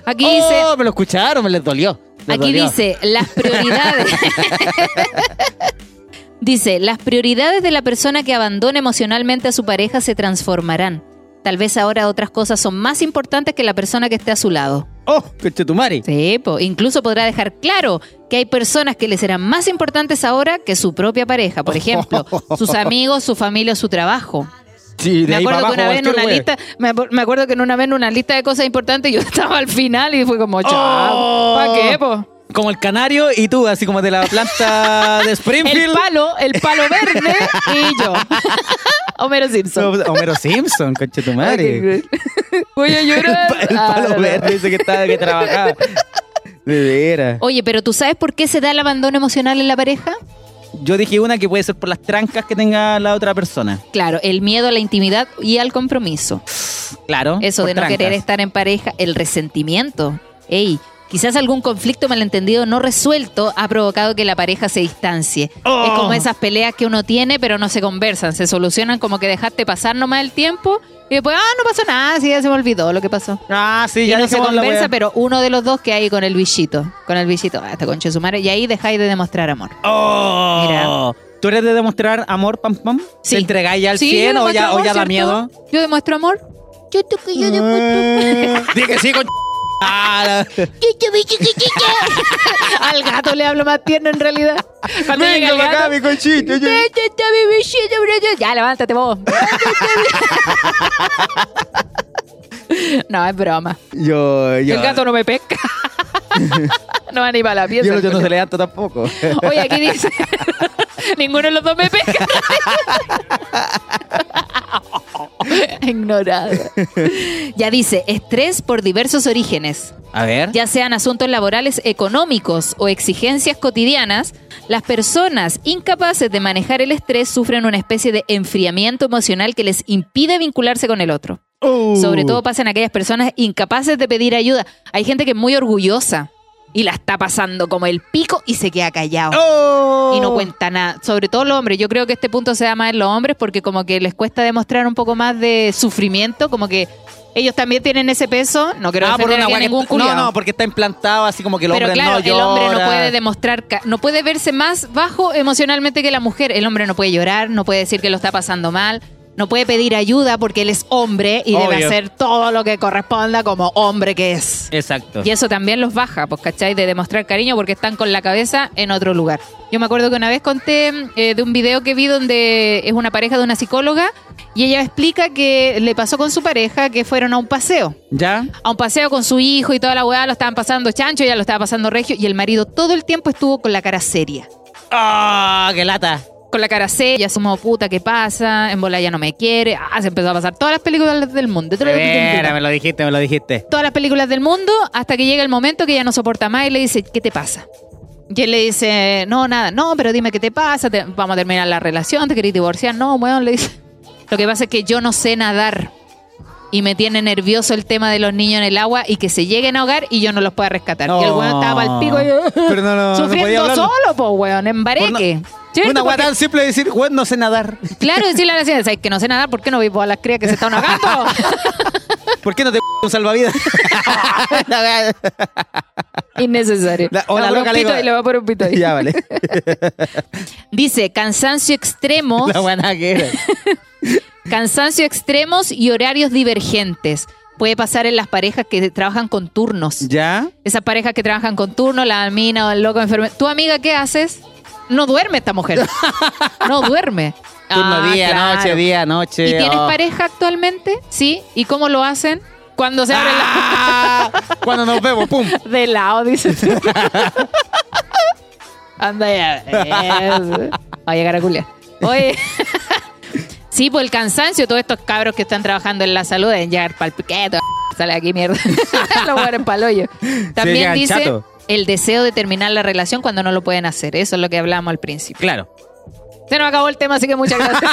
S5: Aquí dice,
S4: Oh, me lo escucharon, me les dolió. les
S5: Aquí
S4: dolió.
S5: dice, las prioridades. *laughs* dice, las prioridades de la persona que abandona emocionalmente a su pareja se transformarán. Tal vez ahora otras cosas son más importantes que la persona que esté a su lado.
S4: Oh, conchetumare.
S5: Sí, po. incluso podrá dejar claro que hay personas que le serán más importantes ahora que su propia pareja.
S4: *laughs*
S5: Por ejemplo, sus amigos, su familia o su trabajo.
S4: Sí,
S5: Me
S4: ahí para
S5: acuerdo que
S4: abajo
S5: una vez en
S4: cualquier
S5: una
S4: wea.
S5: lista, me, apu- me acuerdo que en una vez en una lista de cosas importantes yo *laughs* estaba al final y fue como, chao,
S4: Oh.
S5: ¿para qué, po?
S4: Como el canario y tú, así como de la planta de
S5: *laughs* El
S4: Springfield.
S5: palo, el palo verde y yo. *laughs* Homero Simpson.
S4: Homero Simpson, conchetumare.
S5: Voy a llorar.
S4: El
S5: Ah, no,
S4: palo
S5: no.
S4: verde dice que estaba que trabajaba. De veras.
S5: Oye, pero ¿tú sabes por qué se da el abandono emocional en la pareja?
S4: Yo dije una que puede ser por las trancas que tenga la otra persona.
S5: Claro, el miedo a la intimidad y al compromiso.
S4: Claro.
S5: Eso
S4: por
S5: de no
S4: trancas.
S5: querer estar en pareja, el resentimiento. Ey, quizás algún conflicto malentendido no resuelto ha provocado que la pareja se distancie. Es como esas peleas que uno tiene, pero no se conversan, se solucionan como que dejaste pasar nomás el tiempo y después, ah, no pasó nada, sí, ya se me olvidó lo que pasó.
S4: Ah, sí,
S5: Y
S4: ya
S5: no se
S4: dejemos la
S5: conversa,
S4: wea.
S5: pero uno de los dos que hay con el bichito. Con el Ah, bichito, hasta con Chesumare. Y ahí dejáis de demostrar amor.
S4: ¡Oh! ¿Tú eres de demostrar amor, pam, pam?
S5: Sí.
S4: ¿Te entregáis ya al
S5: Sí,
S4: 100
S5: yo
S4: o ya,
S5: demuestro
S4: o ya
S5: amor,
S4: da
S5: ¿cierto?
S4: miedo?
S5: Yo demuestro amor. *laughs* Yo to- que yo
S4: *laughs* Dije sí, con. Ah, la-
S5: demuestro- Al gato le hablo más tierno en realidad. Cuando llega el
S4: Venga para
S5: gato,
S4: acá, mi conchito. yo-
S5: "Ya, ya está mi bichito, bro, ya". Ya,
S4: *laughs*
S5: levántate vos. No, es broma.
S4: Yo, yo.
S5: El gato no me pesca. *laughs* No anima la pieza.
S4: Yo, yo no se levanto tampoco.
S5: Oye, aquí dice, *laughs* ninguno de los dos me pesca. *laughs* Ignorado. Ya dice, estrés por diversos orígenes,
S4: A ver.
S5: ya sean asuntos laborales, económicos o exigencias cotidianas, las personas incapaces de manejar el estrés sufren una especie de enfriamiento emocional que les impide vincularse con el otro.
S4: Uh.
S5: Sobre todo pasa en aquellas personas incapaces de pedir ayuda. Hay gente que es muy orgullosa y la está pasando como el pico y se queda callado
S4: ¡Oh!
S5: y no cuenta nada. Sobre todo los hombres. Yo creo que este punto se da más en los hombres porque como que les cuesta demostrar un poco más de sufrimiento, como que ellos también tienen ese peso. No creo
S4: Ah, por
S5: defender
S4: una
S5: aquí a
S4: wea que-
S5: ningún
S4: No,
S5: culiao.
S4: no, porque está implantado así como que el
S5: Pero
S4: hombre
S5: claro,
S4: no llora.
S5: el hombre no puede demostrar, ca- no puede verse más bajo emocionalmente que la mujer. El hombre no puede llorar, no puede decir que lo está pasando mal, no puede pedir ayuda porque él es hombre y debe
S4: Obvio.
S5: hacer todo lo que corresponda como hombre que es.
S4: Exacto.
S5: Y eso también los baja, pues, ¿cachai? De demostrar cariño porque están con la cabeza en otro lugar. Yo me acuerdo que una vez conté eh, de un video que vi donde es una pareja de una psicóloga y ella explica que le pasó con su pareja que fueron a un paseo.
S4: ¿Ya?
S5: A un paseo con su hijo y toda la weá, lo estaban pasando chancho, ella lo estaba pasando regio y el marido todo el tiempo estuvo con la cara seria.
S4: ¡Ah, qué lata!
S5: Con la cara seria, somos puta, ¿qué pasa? En bola ya no me quiere. Ah, se empezó a pasar todas las películas del mundo.
S4: Mira, me lo dijiste, me lo dijiste.
S5: todas las películas del mundo hasta que llega el momento que ella no soporta más y le dice, ¿qué te pasa? Y él le dice, no, nada, no, pero dime qué te pasa, te- vamos a terminar la relación, te querés divorciar, no, weón, le dice. Lo que pasa es que yo no sé nadar y me tiene nervioso el tema de los niños en el agua y que se lleguen a ahogar y yo no los pueda rescatar. Y el weón estaba al pico y,
S4: *laughs* Pero no, no, no podía
S5: sufriendo
S4: hablar.
S5: solo, po, weón, en bareque. ¿Cierto?
S4: Una
S5: Porque-
S4: guatán simple de decir, weón, no sé nadar.
S5: Claro, decirle a la señora, "Sabes que no sé nadar, ¿por qué no veis vos a las crías que se están
S4: *laughs*
S5: ahogando?
S4: ¿Por qué no te *laughs* un
S5: *laughs*
S4: salvavidas? La wea-
S5: Innecesario.
S4: La- o la
S5: Le va por
S4: loca
S5: un
S4: le
S5: pito
S4: digo-
S5: y le va por un pito ahí.
S4: ya, vale.
S5: Dice, cansancio extremos,
S4: *laughs* La buena que era.
S5: cansancio extremos y horarios divergentes. Puede pasar en las parejas que trabajan con turnos.
S4: ¿Ya?
S5: Esas parejas que trabajan con turnos, la mina o el loco enfermo. ¿Tu amiga qué haces? No duerme
S4: *laughs*
S5: esta mujer. No duerme.
S4: Turno
S5: Ah,
S4: día,
S5: claro.
S4: noche, día, noche.
S5: ¿Y tienes
S4: oh.
S5: pareja actualmente? ¿Sí? ¿Y cómo lo hacen? Cuando se abre
S4: Ah, *laughs* Cuando nos vemos, pum.
S5: la... De lado, dice. tú. Anda ya. eh, Va a llegar a culiar. Oye. *laughs* Sí, por el cansancio, todos estos cabros que están trabajando en la salud deben llegar pa'l piqueto. Sale aquí mierda. *laughs* lo ponen pa'l hoyo. También
S4: llegan
S5: dice
S4: chatos.
S5: el deseo de terminar la relación cuando no lo pueden hacer. Eso es lo que hablamos al principio.
S4: Claro.
S5: Se nos acabó el tema, así que muchas gracias.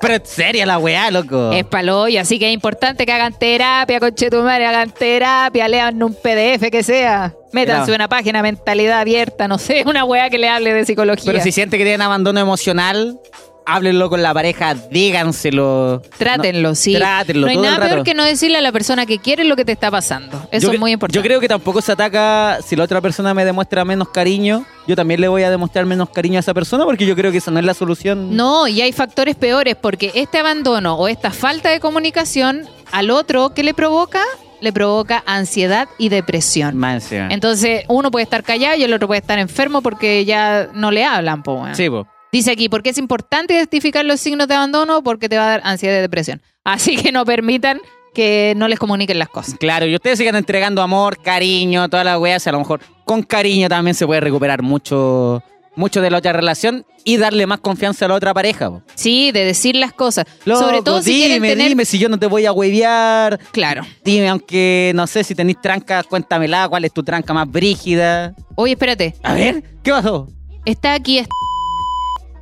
S4: Pero es seria la weá, loco.
S5: Es pa'l hoyo, así que es importante que hagan terapia, conchetumare, hagan terapia, lean un PDF que sea. Métanse
S4: Claro.
S5: una página mentalidad abierta, no sé, una weá que le hable de psicología.
S4: Pero si siente que tienen abandono emocional, háblenlo con la pareja, díganselo.
S5: Trátenlo,
S4: No,
S5: sí.
S4: Trátenlo
S5: no hay
S4: todo el
S5: nada peor
S4: rato.
S5: que no decirle a la persona que quiere lo que te está pasando. Eso
S4: Yo
S5: es
S4: cre-
S5: muy importante.
S4: Yo creo que tampoco se ataca si la otra persona me demuestra menos cariño. Yo también le voy a demostrar menos cariño a esa persona porque yo creo que esa no es la solución.
S5: No, y hay factores peores porque este abandono o esta falta de comunicación al otro, ¿qué le provoca? Le provoca ansiedad y depresión.
S4: Más encima.
S5: Entonces, uno puede estar callado y el otro puede estar enfermo porque ya no le hablan, po, weón.
S4: Sí, po.
S5: Dice aquí, porque es importante identificar los signos de abandono porque te va a dar ansiedad y depresión. *laughs* Así que no permitan que no les comuniquen las cosas.
S4: Claro, y ustedes sigan entregando amor, cariño, toda la weas. A lo mejor con cariño también se puede recuperar mucho, mucho de la otra relación y darle más confianza a la otra pareja. po.
S5: Sí, de decir las cosas.
S4: Loco,
S5: Sobre todo si
S4: dime,
S5: quieren tener...
S4: dime si yo no te voy a huevear.
S5: Claro.
S4: Dime, aunque no sé si tenéis tranca, cuéntamela, cuál es tu tranca más brígida.
S5: Oye, espérate.
S4: A ver, ¿qué pasó?
S5: Está aquí... esta-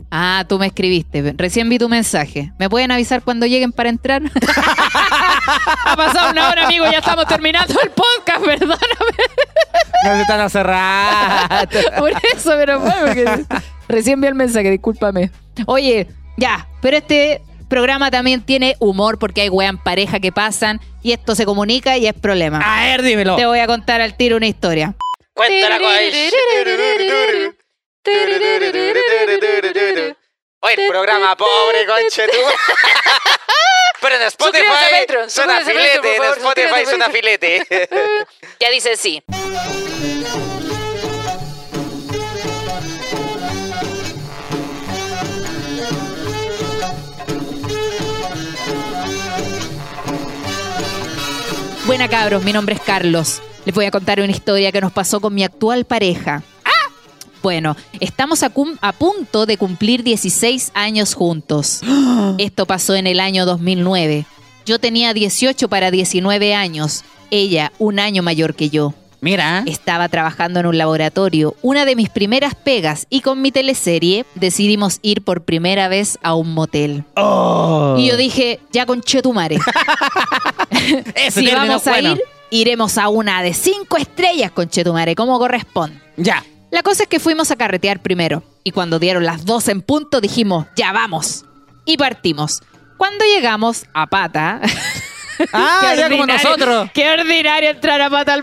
S5: Ah, tú me escribiste. Recién vi tu mensaje. ¿Me pueden avisar cuando lleguen para entrar? *laughs* ha pasado una hora, amigo. Ya estamos terminando el podcast, *laughs* perdóname.
S4: No se están a cerrar.
S5: *laughs* Por eso, pero bueno, porque recién vi el mensaje, discúlpame. Oye, ya, pero este programa también tiene humor porque hay weas en pareja que pasan y esto se comunica y es problema.
S4: A ver, dímelo.
S5: Te voy a contar al tiro una historia.
S1: Cuéntala con él. Hoy el programa pobre, conche tú.
S5: *laughs*
S1: Pero en Spotify
S5: Suscríbase a Patreon,
S1: suena
S5: suscríbase a Patreon,
S1: filete.
S5: por
S1: En
S5: favor, suscríbase
S1: Spotify
S5: a
S1: suena filete.
S5: *laughs* Ya dice sí. Buena cabros, mi nombre es Carlos. Les voy a contar una historia que nos pasó con mi actual pareja. ¡Ah! Bueno, estamos a, cum- a punto de cumplir 16 años juntos. Esto pasó en el año 2009. Yo tenía 18 para 19 años. Ella, un año mayor que yo.
S4: Mira,
S5: Ah. Estaba trabajando en un laboratorio, una de mis primeras pegas, y con mi teleserie decidimos ir por primera vez a un motel. Y
S4: Oh.
S5: yo dije, ya conché tu mare.
S4: *laughs* ese
S5: si
S4: término es
S5: vamos a
S4: bueno.
S5: ir, iremos a una de cinco estrellas, conchetumare, como corresponde.
S4: Ya.
S5: La cosa es *laughs* que fuimos a carretear primero, y cuando dieron las 12 en punto dijimos, ya vamos. Y partimos. Cuando llegamos a pata. *laughs*
S4: Ah,
S5: Qué
S4: ya como
S5: ordinario-
S4: nosotros.
S5: Qué ordinario entrar a pata al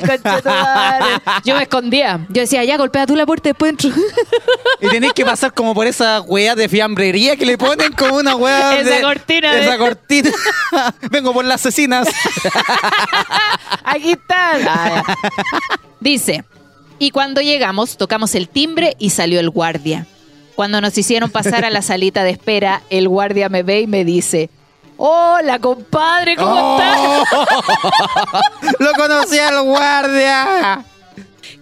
S4: *laughs*
S5: conchetumare. Yo me escondía. Yo decía, ya golpea tú la puerta después entro.
S4: Y tenéis que pasar como por esa weá de fiambrería que le ponen como una weá.
S5: *laughs* Esa
S4: de-
S5: cortina de-
S4: Esa
S5: *laughs*
S4: cortina. Vengo por las asesinas.
S5: Aquí está. Ah, Dice, Y cuando llegamos, tocamos el timbre y salió el guardia. Cuando nos hicieron pasar a la salita de espera, el guardia me ve y me dice, hola compadre, ¿cómo
S4: Oh.
S5: estás? *laughs*
S4: ¡Lo conocí al guardia!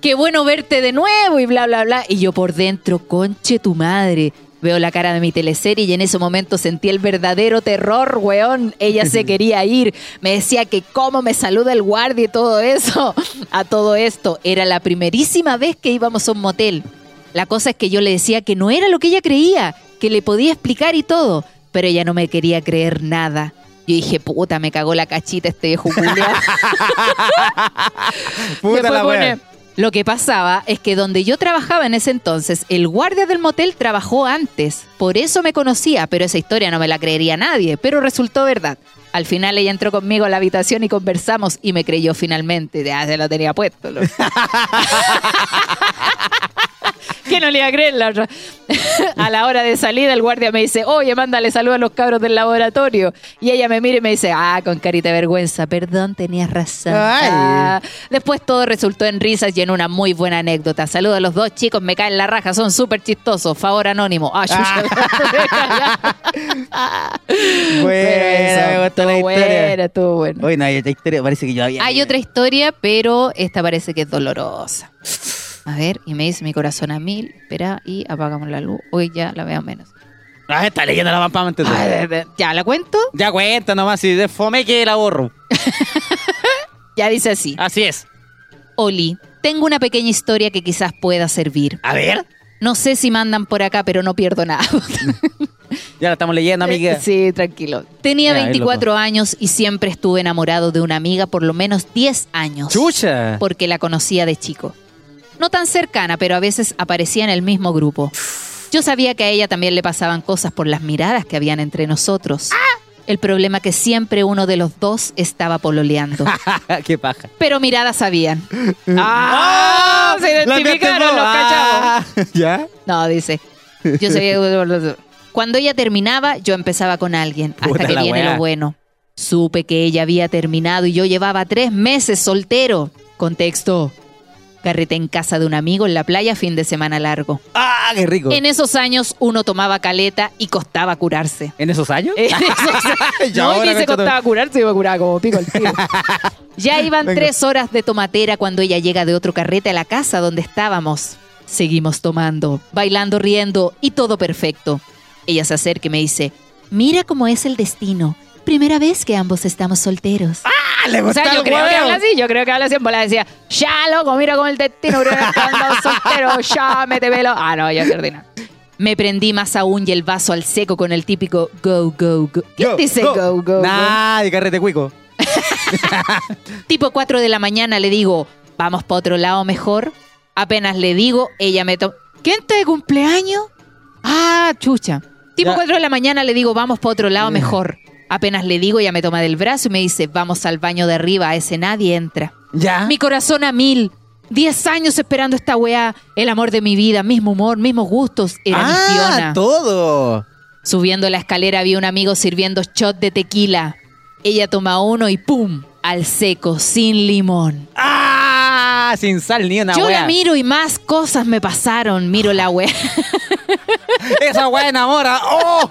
S5: qué bueno verte de nuevo y bla, bla, bla. Y yo por dentro, conche tu madre. Veo la cara de mi teleserie y en ese momento sentí el verdadero terror, weón. Ella se quería ir. Me decía que cómo me saluda el guardia y todo eso. *laughs* A todo esto, era la primerísima vez que íbamos a un motel. La cosa es que yo le decía que no era lo que ella creía, que le podía explicar y todo. Pero ella no me quería creer nada. Yo dije, puta, me cagó la cachita este viejo culiao.
S4: ¡Puta
S5: Después
S4: la
S5: pone,
S4: wea!
S5: Lo que pasaba es que donde yo trabajaba en ese entonces, el guardia del motel trabajó antes. Por eso me conocía, pero esa historia no me la creería nadie. Pero resultó verdad. Al final ella entró conmigo a la habitación y conversamos y me creyó finalmente. Ya se lo tenía puesto. loco. que no le iba a creer la otra. a la hora de salida, el guardia me dice, oye, mándale saludos a los cabros del laboratorio. Y ella me mira y me dice, ah, con carita de vergüenza, perdón, tenías razón.
S4: Ay.
S5: Ah. Después todo resultó en risas y en una muy buena anécdota. Saludos a los dos chicos, me caen la raja, son súper chistosos. Favor anónimo. Ah,
S4: *laughs*
S5: chucha. Pero eso,
S4: Buena, me gustó la
S5: estuvo buena,
S4: historia.
S5: estuvo buena.
S4: Uy, no, hay otra historia, parece que yo había...
S5: Hay otra historia, pero esta parece que es dolorosa. A ver, y me dice mi corazón a mil, espera, y apagamos la luz. Hoy ya la veo menos.
S4: Ah, esta leyenda la van para mantener.
S5: Ay, de- de- ¿Ya la cuento?
S4: Ya cuenta nomás, si de fome que la borro.
S5: Ya dice así.
S4: Así es.
S5: Oli, tengo una pequeña historia que quizás pueda servir.
S4: A ver.
S5: No sé si mandan por acá, pero no pierdo nada.
S4: Ya la estamos leyendo, *laughs* amiga.
S5: Eh, Sí, tranquilo. Tenía
S4: Ya, ahí
S5: 24 años y siempre estuve enamorado de una amiga por lo menos 10 años.
S4: ¡Chucha! *laughs*
S5: Porque la conocía de chico. No tan cercana, pero a veces aparecía en el mismo grupo. Yo sabía que a ella también le pasaban cosas por las miradas que habían entre nosotros. El problema que siempre uno de los dos estaba
S4: *laughs*
S5: pololeando.
S4: ¡Qué paja!
S5: pero miradas habían. Mm. ¡Ah! Se
S4: La
S5: identificaron
S4: enviaste
S5: los
S4: vos.
S5: cachamos.
S4: Ah, *laughs* ¿Ya?
S5: No, dice. Yo sabía. Cuando ella terminaba, yo empezaba con alguien.
S4: Puta
S5: Hasta que
S4: la
S5: viene
S4: weá.
S5: lo bueno. Supe que ella había terminado y yo llevaba tres meses soltero. Contexto. Carrete en casa de un amigo en la playa fin de semana largo.
S4: ¡Ah, qué rico!
S5: En esos años uno tomaba caleta y costaba curarse. *laughs*
S4: ¿En esos años? *laughs*
S5: En esos-
S4: Ay, ya
S5: no,
S4: ahora,
S5: y dice
S4: concha tu-
S5: costaba curarse, iba a curar como pico
S4: *laughs*
S5: el tío. ya iban
S4: Venga.
S5: tres horas de tomatera cuando ella llega de otro carrete a la casa donde estábamos. Seguimos tomando, bailando, riendo y todo perfecto. Ella se acerca y me dice, mira cómo es el destino. Primera vez que ambos estamos solteros.
S4: ¡Ah, le
S5: O
S4: gusta
S5: sea, yo
S4: el
S5: creo que
S4: huevo!
S5: habla así, yo creo que habla así. En bola decía, ya loco, mira con el destino, bro, *laughs* estando soltero, ya mete velo. Ah, no, ya perdí nada. Me prendí más aún y el vaso al seco con el típico go, go, go. ¿Quién
S4: Go,
S5: dice go, go, go?
S4: Nah, de carrete cuico.
S5: Tipo 4 de la mañana le digo, vamos para otro lado mejor. Apenas le digo, ella me toma. ¿Quién está de cumpleaños? Ah, chucha. Tipo
S4: Ya.
S5: 4 de la mañana le digo, vamos para otro lado mejor. Apenas le digo, ella me toma del brazo y me dice, vamos al baño de arriba, a ese nadie entra.
S4: ¿Ya?
S5: Mi corazón a mil. Diez años esperando esta weá. El amor de mi vida, mismo humor, mismos gustos. Era mi
S4: ¡Ah,
S5: Fiona.
S4: todo!
S5: Subiendo la escalera había un amigo sirviendo shot de tequila. Ella toma uno y ¡pum! Al seco, sin limón.
S4: ¡Ah! Sin sal ni una
S5: Yo
S4: wea.
S5: la miro y más cosas me pasaron. Miro la weá.
S4: *laughs* ¡Esa wea enamora! ¡Oh!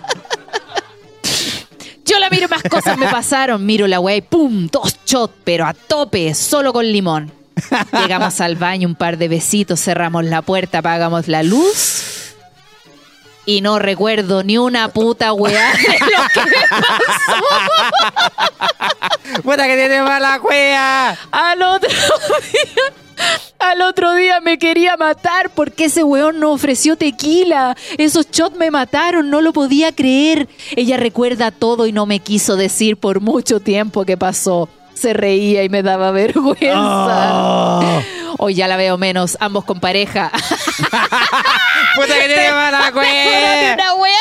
S5: Yo la miro y más cosas me pasaron. Miro la weá y ¡pum! Dos shots, pero a tope, solo con limón. Llegamos al baño, un par de besitos, cerramos la puerta, apagamos la luz. Y no recuerdo ni una puta weá de lo que
S4: ¡Puta que tiene mala cuea!
S5: Al otro *laughs* día, al otro día me quería matar porque ese weón no ofreció tequila. Esos shots me mataron, no lo podía creer. Ella recuerda todo y no me quiso decir por mucho tiempo que pasó. Se reía y me daba *laughs* vergüenza.
S4: Oh.
S5: Hoy ya la veo menos, ambos con pareja.
S4: ¡Puta que tiene
S5: *laughs*
S4: mala
S5: Acuérdate
S4: *laughs* cuea!
S5: una wea.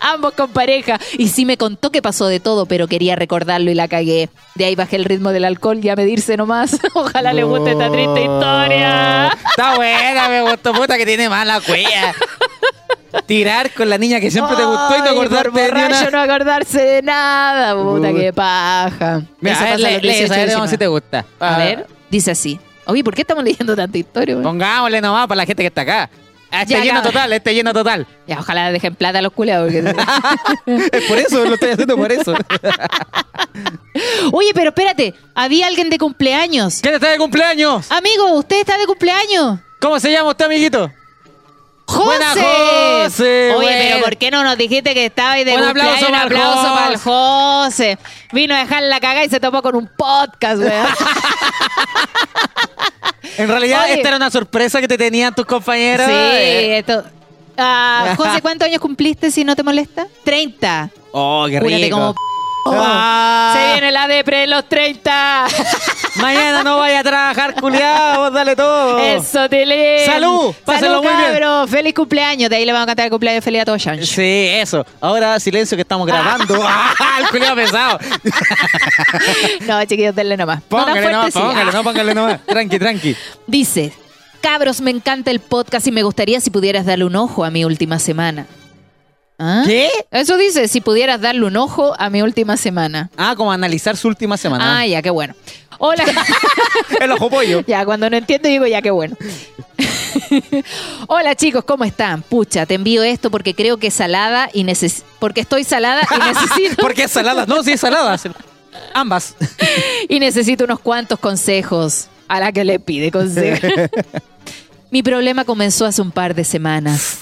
S5: Ambos con pareja. Y sí me contó que pasó de todo, pero quería recordarlo y la cagué. De ahí bajé el ritmo del alcohol y a medirse nomás. *laughs* Ojalá le guste esta triste historia.
S4: Oh, Está buena, me gustó. Puta que tiene mala cuea. Tirar con la niña que siempre te gustó y no
S5: Ay, por
S4: acordarte de ni
S5: borracho
S4: una.
S5: no acordarse de nada, puta,
S4: Puta.
S5: que paja.
S4: Mira,
S5: Eso
S4: a ver,
S5: pasa a
S4: lee,
S5: los
S4: lee,
S5: 18,
S4: pues. a ver vamos si
S5: 19.
S4: te gusta.
S5: A
S4: Ah.
S5: ver, dice así. Oye, ¿por qué estamos leyendo tanta historia? weón?
S4: Pongámosle nomás para la gente que está acá. Ah, Este
S5: Ya,
S4: lleno
S5: cabrón.
S4: total, este lleno total.
S5: Ya, ojalá dejen plata a los culiados. porque-
S4: *laughs* Es por eso, lo estoy haciendo por *laughs* eso.
S5: Oye, pero espérate, había alguien de cumpleaños.
S4: ¿Quién está de cumpleaños?
S5: Amigo, ¿usted está de cumpleaños?
S4: ¿Cómo se llama usted, amiguito?
S5: ¡José!
S4: Buena, José,
S5: Oye,
S4: bueno.
S5: pero ¿por qué no nos dijiste que estaba ahí de
S4: Un aplauso para el
S5: cumpleaños? Un aplauso
S4: Jos.
S5: para el José. Vino a dejar la cagada y se topó con un
S4: *laughs*
S5: podcast, weón.
S4: En realidad,
S5: Oye.
S4: esta era una sorpresa que te tenían tus compañeros.
S5: sí,
S4: Eh,
S5: esto... Ah, José, ¿cuántos años cumpliste si no te molesta? 30.
S4: Oh, qué
S5: Cúrate
S4: rico.
S5: como p- Oh.
S4: Ah.
S5: Se viene la depre de los 30.
S4: *laughs* Mañana no vaya a trabajar, culiado. Dale todo.
S5: Eso, Tilín.
S4: Salud, pásenlo
S5: Oh. Salud,
S4: muy bien.
S5: cabros. Feliz cumpleaños. De ahí le vamos a cantar el cumpleaños feliz a todos, Shansh.
S4: *laughs* Sí, eso. Ahora silencio que estamos grabando. *laughs* Ah, el culiado *laughs* pesado.
S5: No, chiquillos, denle nomás. no tan
S4: Póngale nomás,
S5: fuerte, sí.
S4: póngale,
S5: Ah.
S4: no, póngale nomás. Tranqui, tranqui.
S5: Dice, cabros, me encanta el podcast y me gustaría si pudieras darle un ojo a mi última semana. ¿Ah?
S4: ¿Qué?
S5: Eso dice, si pudieras darle un ojo a mi última semana.
S4: Ah, como analizar su última semana.
S5: Ah, ya, qué bueno. Hola. *laughs*
S4: *laughs* El ojo pollo.
S5: ya, cuando no entiendo digo, ya, qué bueno. *laughs* Hola chicos, ¿cómo están? Pucha, te envío esto porque creo que es salada y necesito... Porque estoy salada
S4: *laughs*
S5: y necesito...
S4: Porque es salada. No, sí, es salada. Ambas.
S5: y necesito unos cuantos consejos. A la que le pide consejos. mi problema comenzó hace un par de semanas.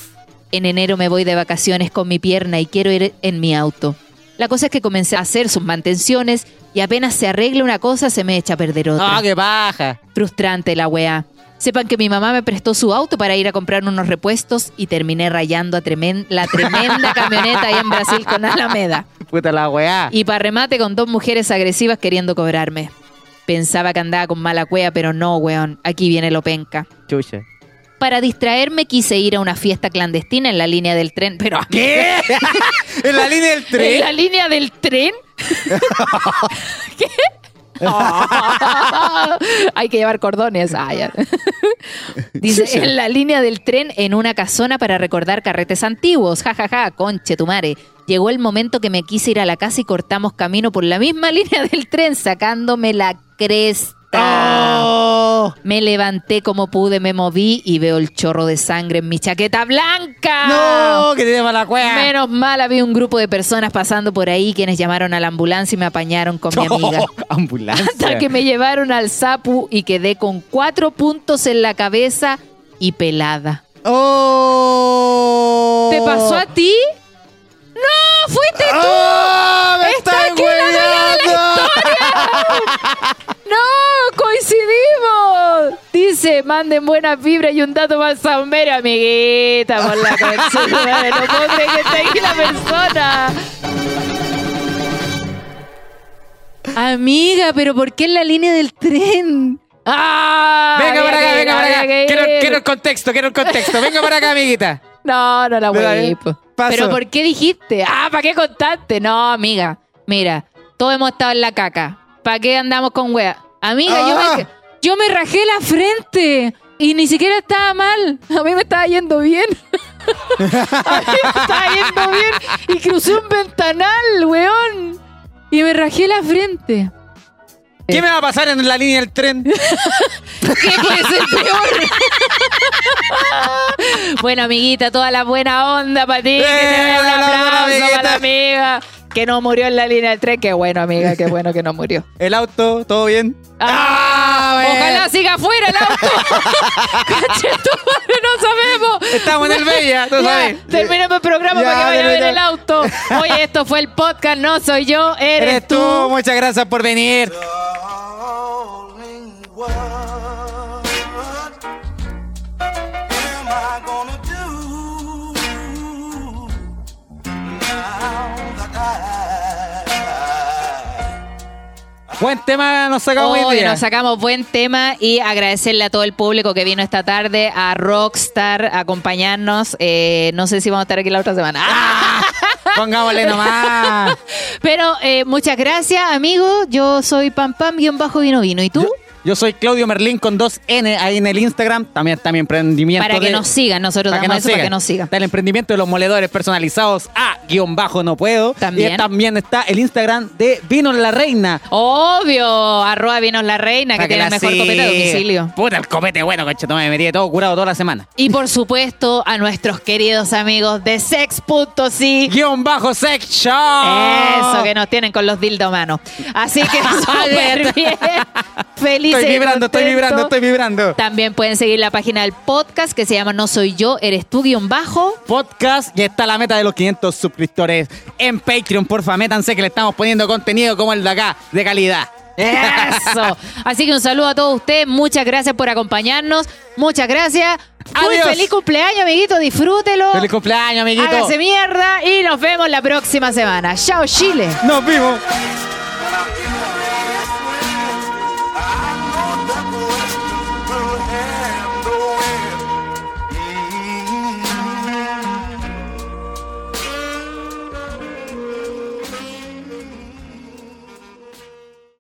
S5: En enero me voy de vacaciones con mi pierna y quiero ir en mi auto. La cosa es que comencé a hacer sus mantenciones y apenas se arregla una cosa se me echa a perder otra.
S4: Ah, qué baja.
S5: Frustrante la weá. Sepan que mi mamá me prestó su auto para ir a comprar unos repuestos y terminé rayando a tremen- la tremenda camioneta ahí en Brasil con Alameda.
S4: Puta la weá.
S5: Y para remate con dos mujeres agresivas queriendo cobrarme. Pensaba que andaba con mala cueva, pero no, weón. Aquí viene lo penca.
S4: Chucha.
S5: Para distraerme quise ir a una fiesta clandestina en la línea del tren, pero
S4: ¿Qué? *laughs* en la línea del
S5: ¿En
S4: tren.
S5: la línea del *laughs* tren? ¿Qué? *laughs* Hay que llevar cordones. Ah, *laughs* ya. Dice, en la línea del tren en una casona para recordar carretes antiguos. Ja, ja, ja, conche tu mare. Llegó el momento que me quise ir a la casa y cortamos camino por la misma *laughs* línea del tren, sacándome la cresta.
S4: Oh.
S5: Me levanté como pude, me moví y veo el chorro de sangre en mi chaqueta blanca.
S4: No, que tiene mala cueva.
S5: Ah. Menos mal había un grupo de personas pasando por ahí quienes llamaron a la ambulancia y me apañaron con
S4: *laughs*
S5: mi amiga.
S4: ambulancia.
S5: Hasta que me llevaron al sapu y quedé con cuatro puntos en la cabeza y pelada.
S4: ¡Oh!
S5: ¿Te pasó a ti? ¡No! ¡Fuiste tú!
S4: ¡Oh! ¡Me
S5: ¡Está
S4: estás
S5: aquí la dueña de la
S4: hueveando!
S5: ¡No! ¡Coincidimos! Dice, manden buenas vibras y un dato más sombrero, amiguita, por la consulta. No puedo creer que esté aquí la persona. Amiga, pero ¿por qué en la línea del tren? ¡Ah!
S4: Venga
S5: Había
S4: para acá,
S5: que ir,
S4: venga para
S5: había
S4: acá.
S5: que
S4: Quiero,
S5: ir.
S4: quiero el contexto, quiero el contexto. Venga para acá, amiguita.
S5: No, no la voy
S4: Mira,
S5: a
S4: eh, paso.
S5: Pero ¿por qué dijiste? Ah, ¿para qué contaste? No, amiga. Mira, todos hemos estado en la caca. ¿Para qué andamos con wea? Amiga,
S4: Ah.
S5: yo, me, yo me rajé la frente y ni siquiera estaba mal. A mí me estaba yendo bien. *laughs* A mí me estaba yendo bien. Y crucé un ventanal, weón. Y me rajé la frente. Eh.
S4: ¿Qué me va a pasar en la línea del tren?
S5: ¿Qué puede ser peor? *laughs* bueno, amiguita, toda la buena onda para ti. que
S4: Eh,
S5: te den un
S4: la buena
S5: aplauso
S4: amiguita.
S5: para la amiga. Que no murió en la línea del tren. Qué bueno, amiga, qué bueno que no murió.
S4: El auto, todo bien.
S5: Ah,
S4: *laughs* bueno.
S5: Ojalá siga afuera
S4: *laughs*
S5: el auto. Conche tu madre, no sabemos.
S4: Estamos en el Bella, tú
S5: *laughs* Ya,
S4: sabes.
S5: terminemos el programa
S4: Ya,
S5: para que vaya a ver
S4: termina.
S5: el auto. Oye, esto fue el podcast, no soy yo, eres,
S4: Eres tú,
S5: tú.
S4: muchas gracias por venir.
S3: Darling, what am I gonna do now that I
S4: Buen tema nos sacamos hoy
S5: Hoy
S4: día.
S5: nos sacamos buen tema y agradecerle a todo el público que vino esta tarde a Rockstar a acompañarnos. Eh, no sé si vamos a estar aquí la otra semana. ¡Ah! *laughs*
S4: Pongámosle nomás.
S5: Pero eh, muchas gracias, amigo. Yo soy Pam Pam, guión bajo vino vino. ¿Y tú?
S4: Yo soy Claudio Merlín con dos N ahí en el Instagram. También está mi emprendimiento.
S5: Para que
S4: de-
S5: nos sigan, nosotros
S4: para que
S5: damos
S4: nos
S5: eso para que nos sigan.
S4: Está el emprendimiento de los moledores personalizados a guión bajo no puedo.
S5: También.
S4: Y también está el Instagram de Vinos La Reina.
S5: Obvio, arroba vinos la reina, que,
S4: Para
S5: tiene
S4: la
S5: el mejor copete
S4: siga.
S5: a domicilio.
S4: Puta, el copete bueno, conchetumare, me metí de todo curado toda la semana.
S5: Y por supuesto, a nuestros queridos amigos de sex.si.
S4: Guión bajo sex show. Oh.
S5: Eso que nos tienen con los dildomanos.
S4: *laughs*
S5: Así que súper bien. Feliz
S4: Estoy vibrando, estoy vibrando, estoy vibrando.
S5: También pueden seguir la página del podcast que se llama No Soy Yo, Eres Tú, guión bajo.
S4: podcast y está la meta de los 500 suscriptores en Patreon. Porfa, métanse que le estamos poniendo contenido como el de acá, de calidad.
S5: Eh. Eso. Así que un saludo a todos ustedes. Muchas gracias por acompañarnos. Muchas gracias. Muy
S4: Adiós.
S5: feliz cumpleaños, amiguito. Disfrútelo.
S4: ¡Feliz cumpleaños, amiguito!
S5: Hágase mierda y nos vemos la próxima semana. Chao, Chile.
S4: ¡Nos vimos!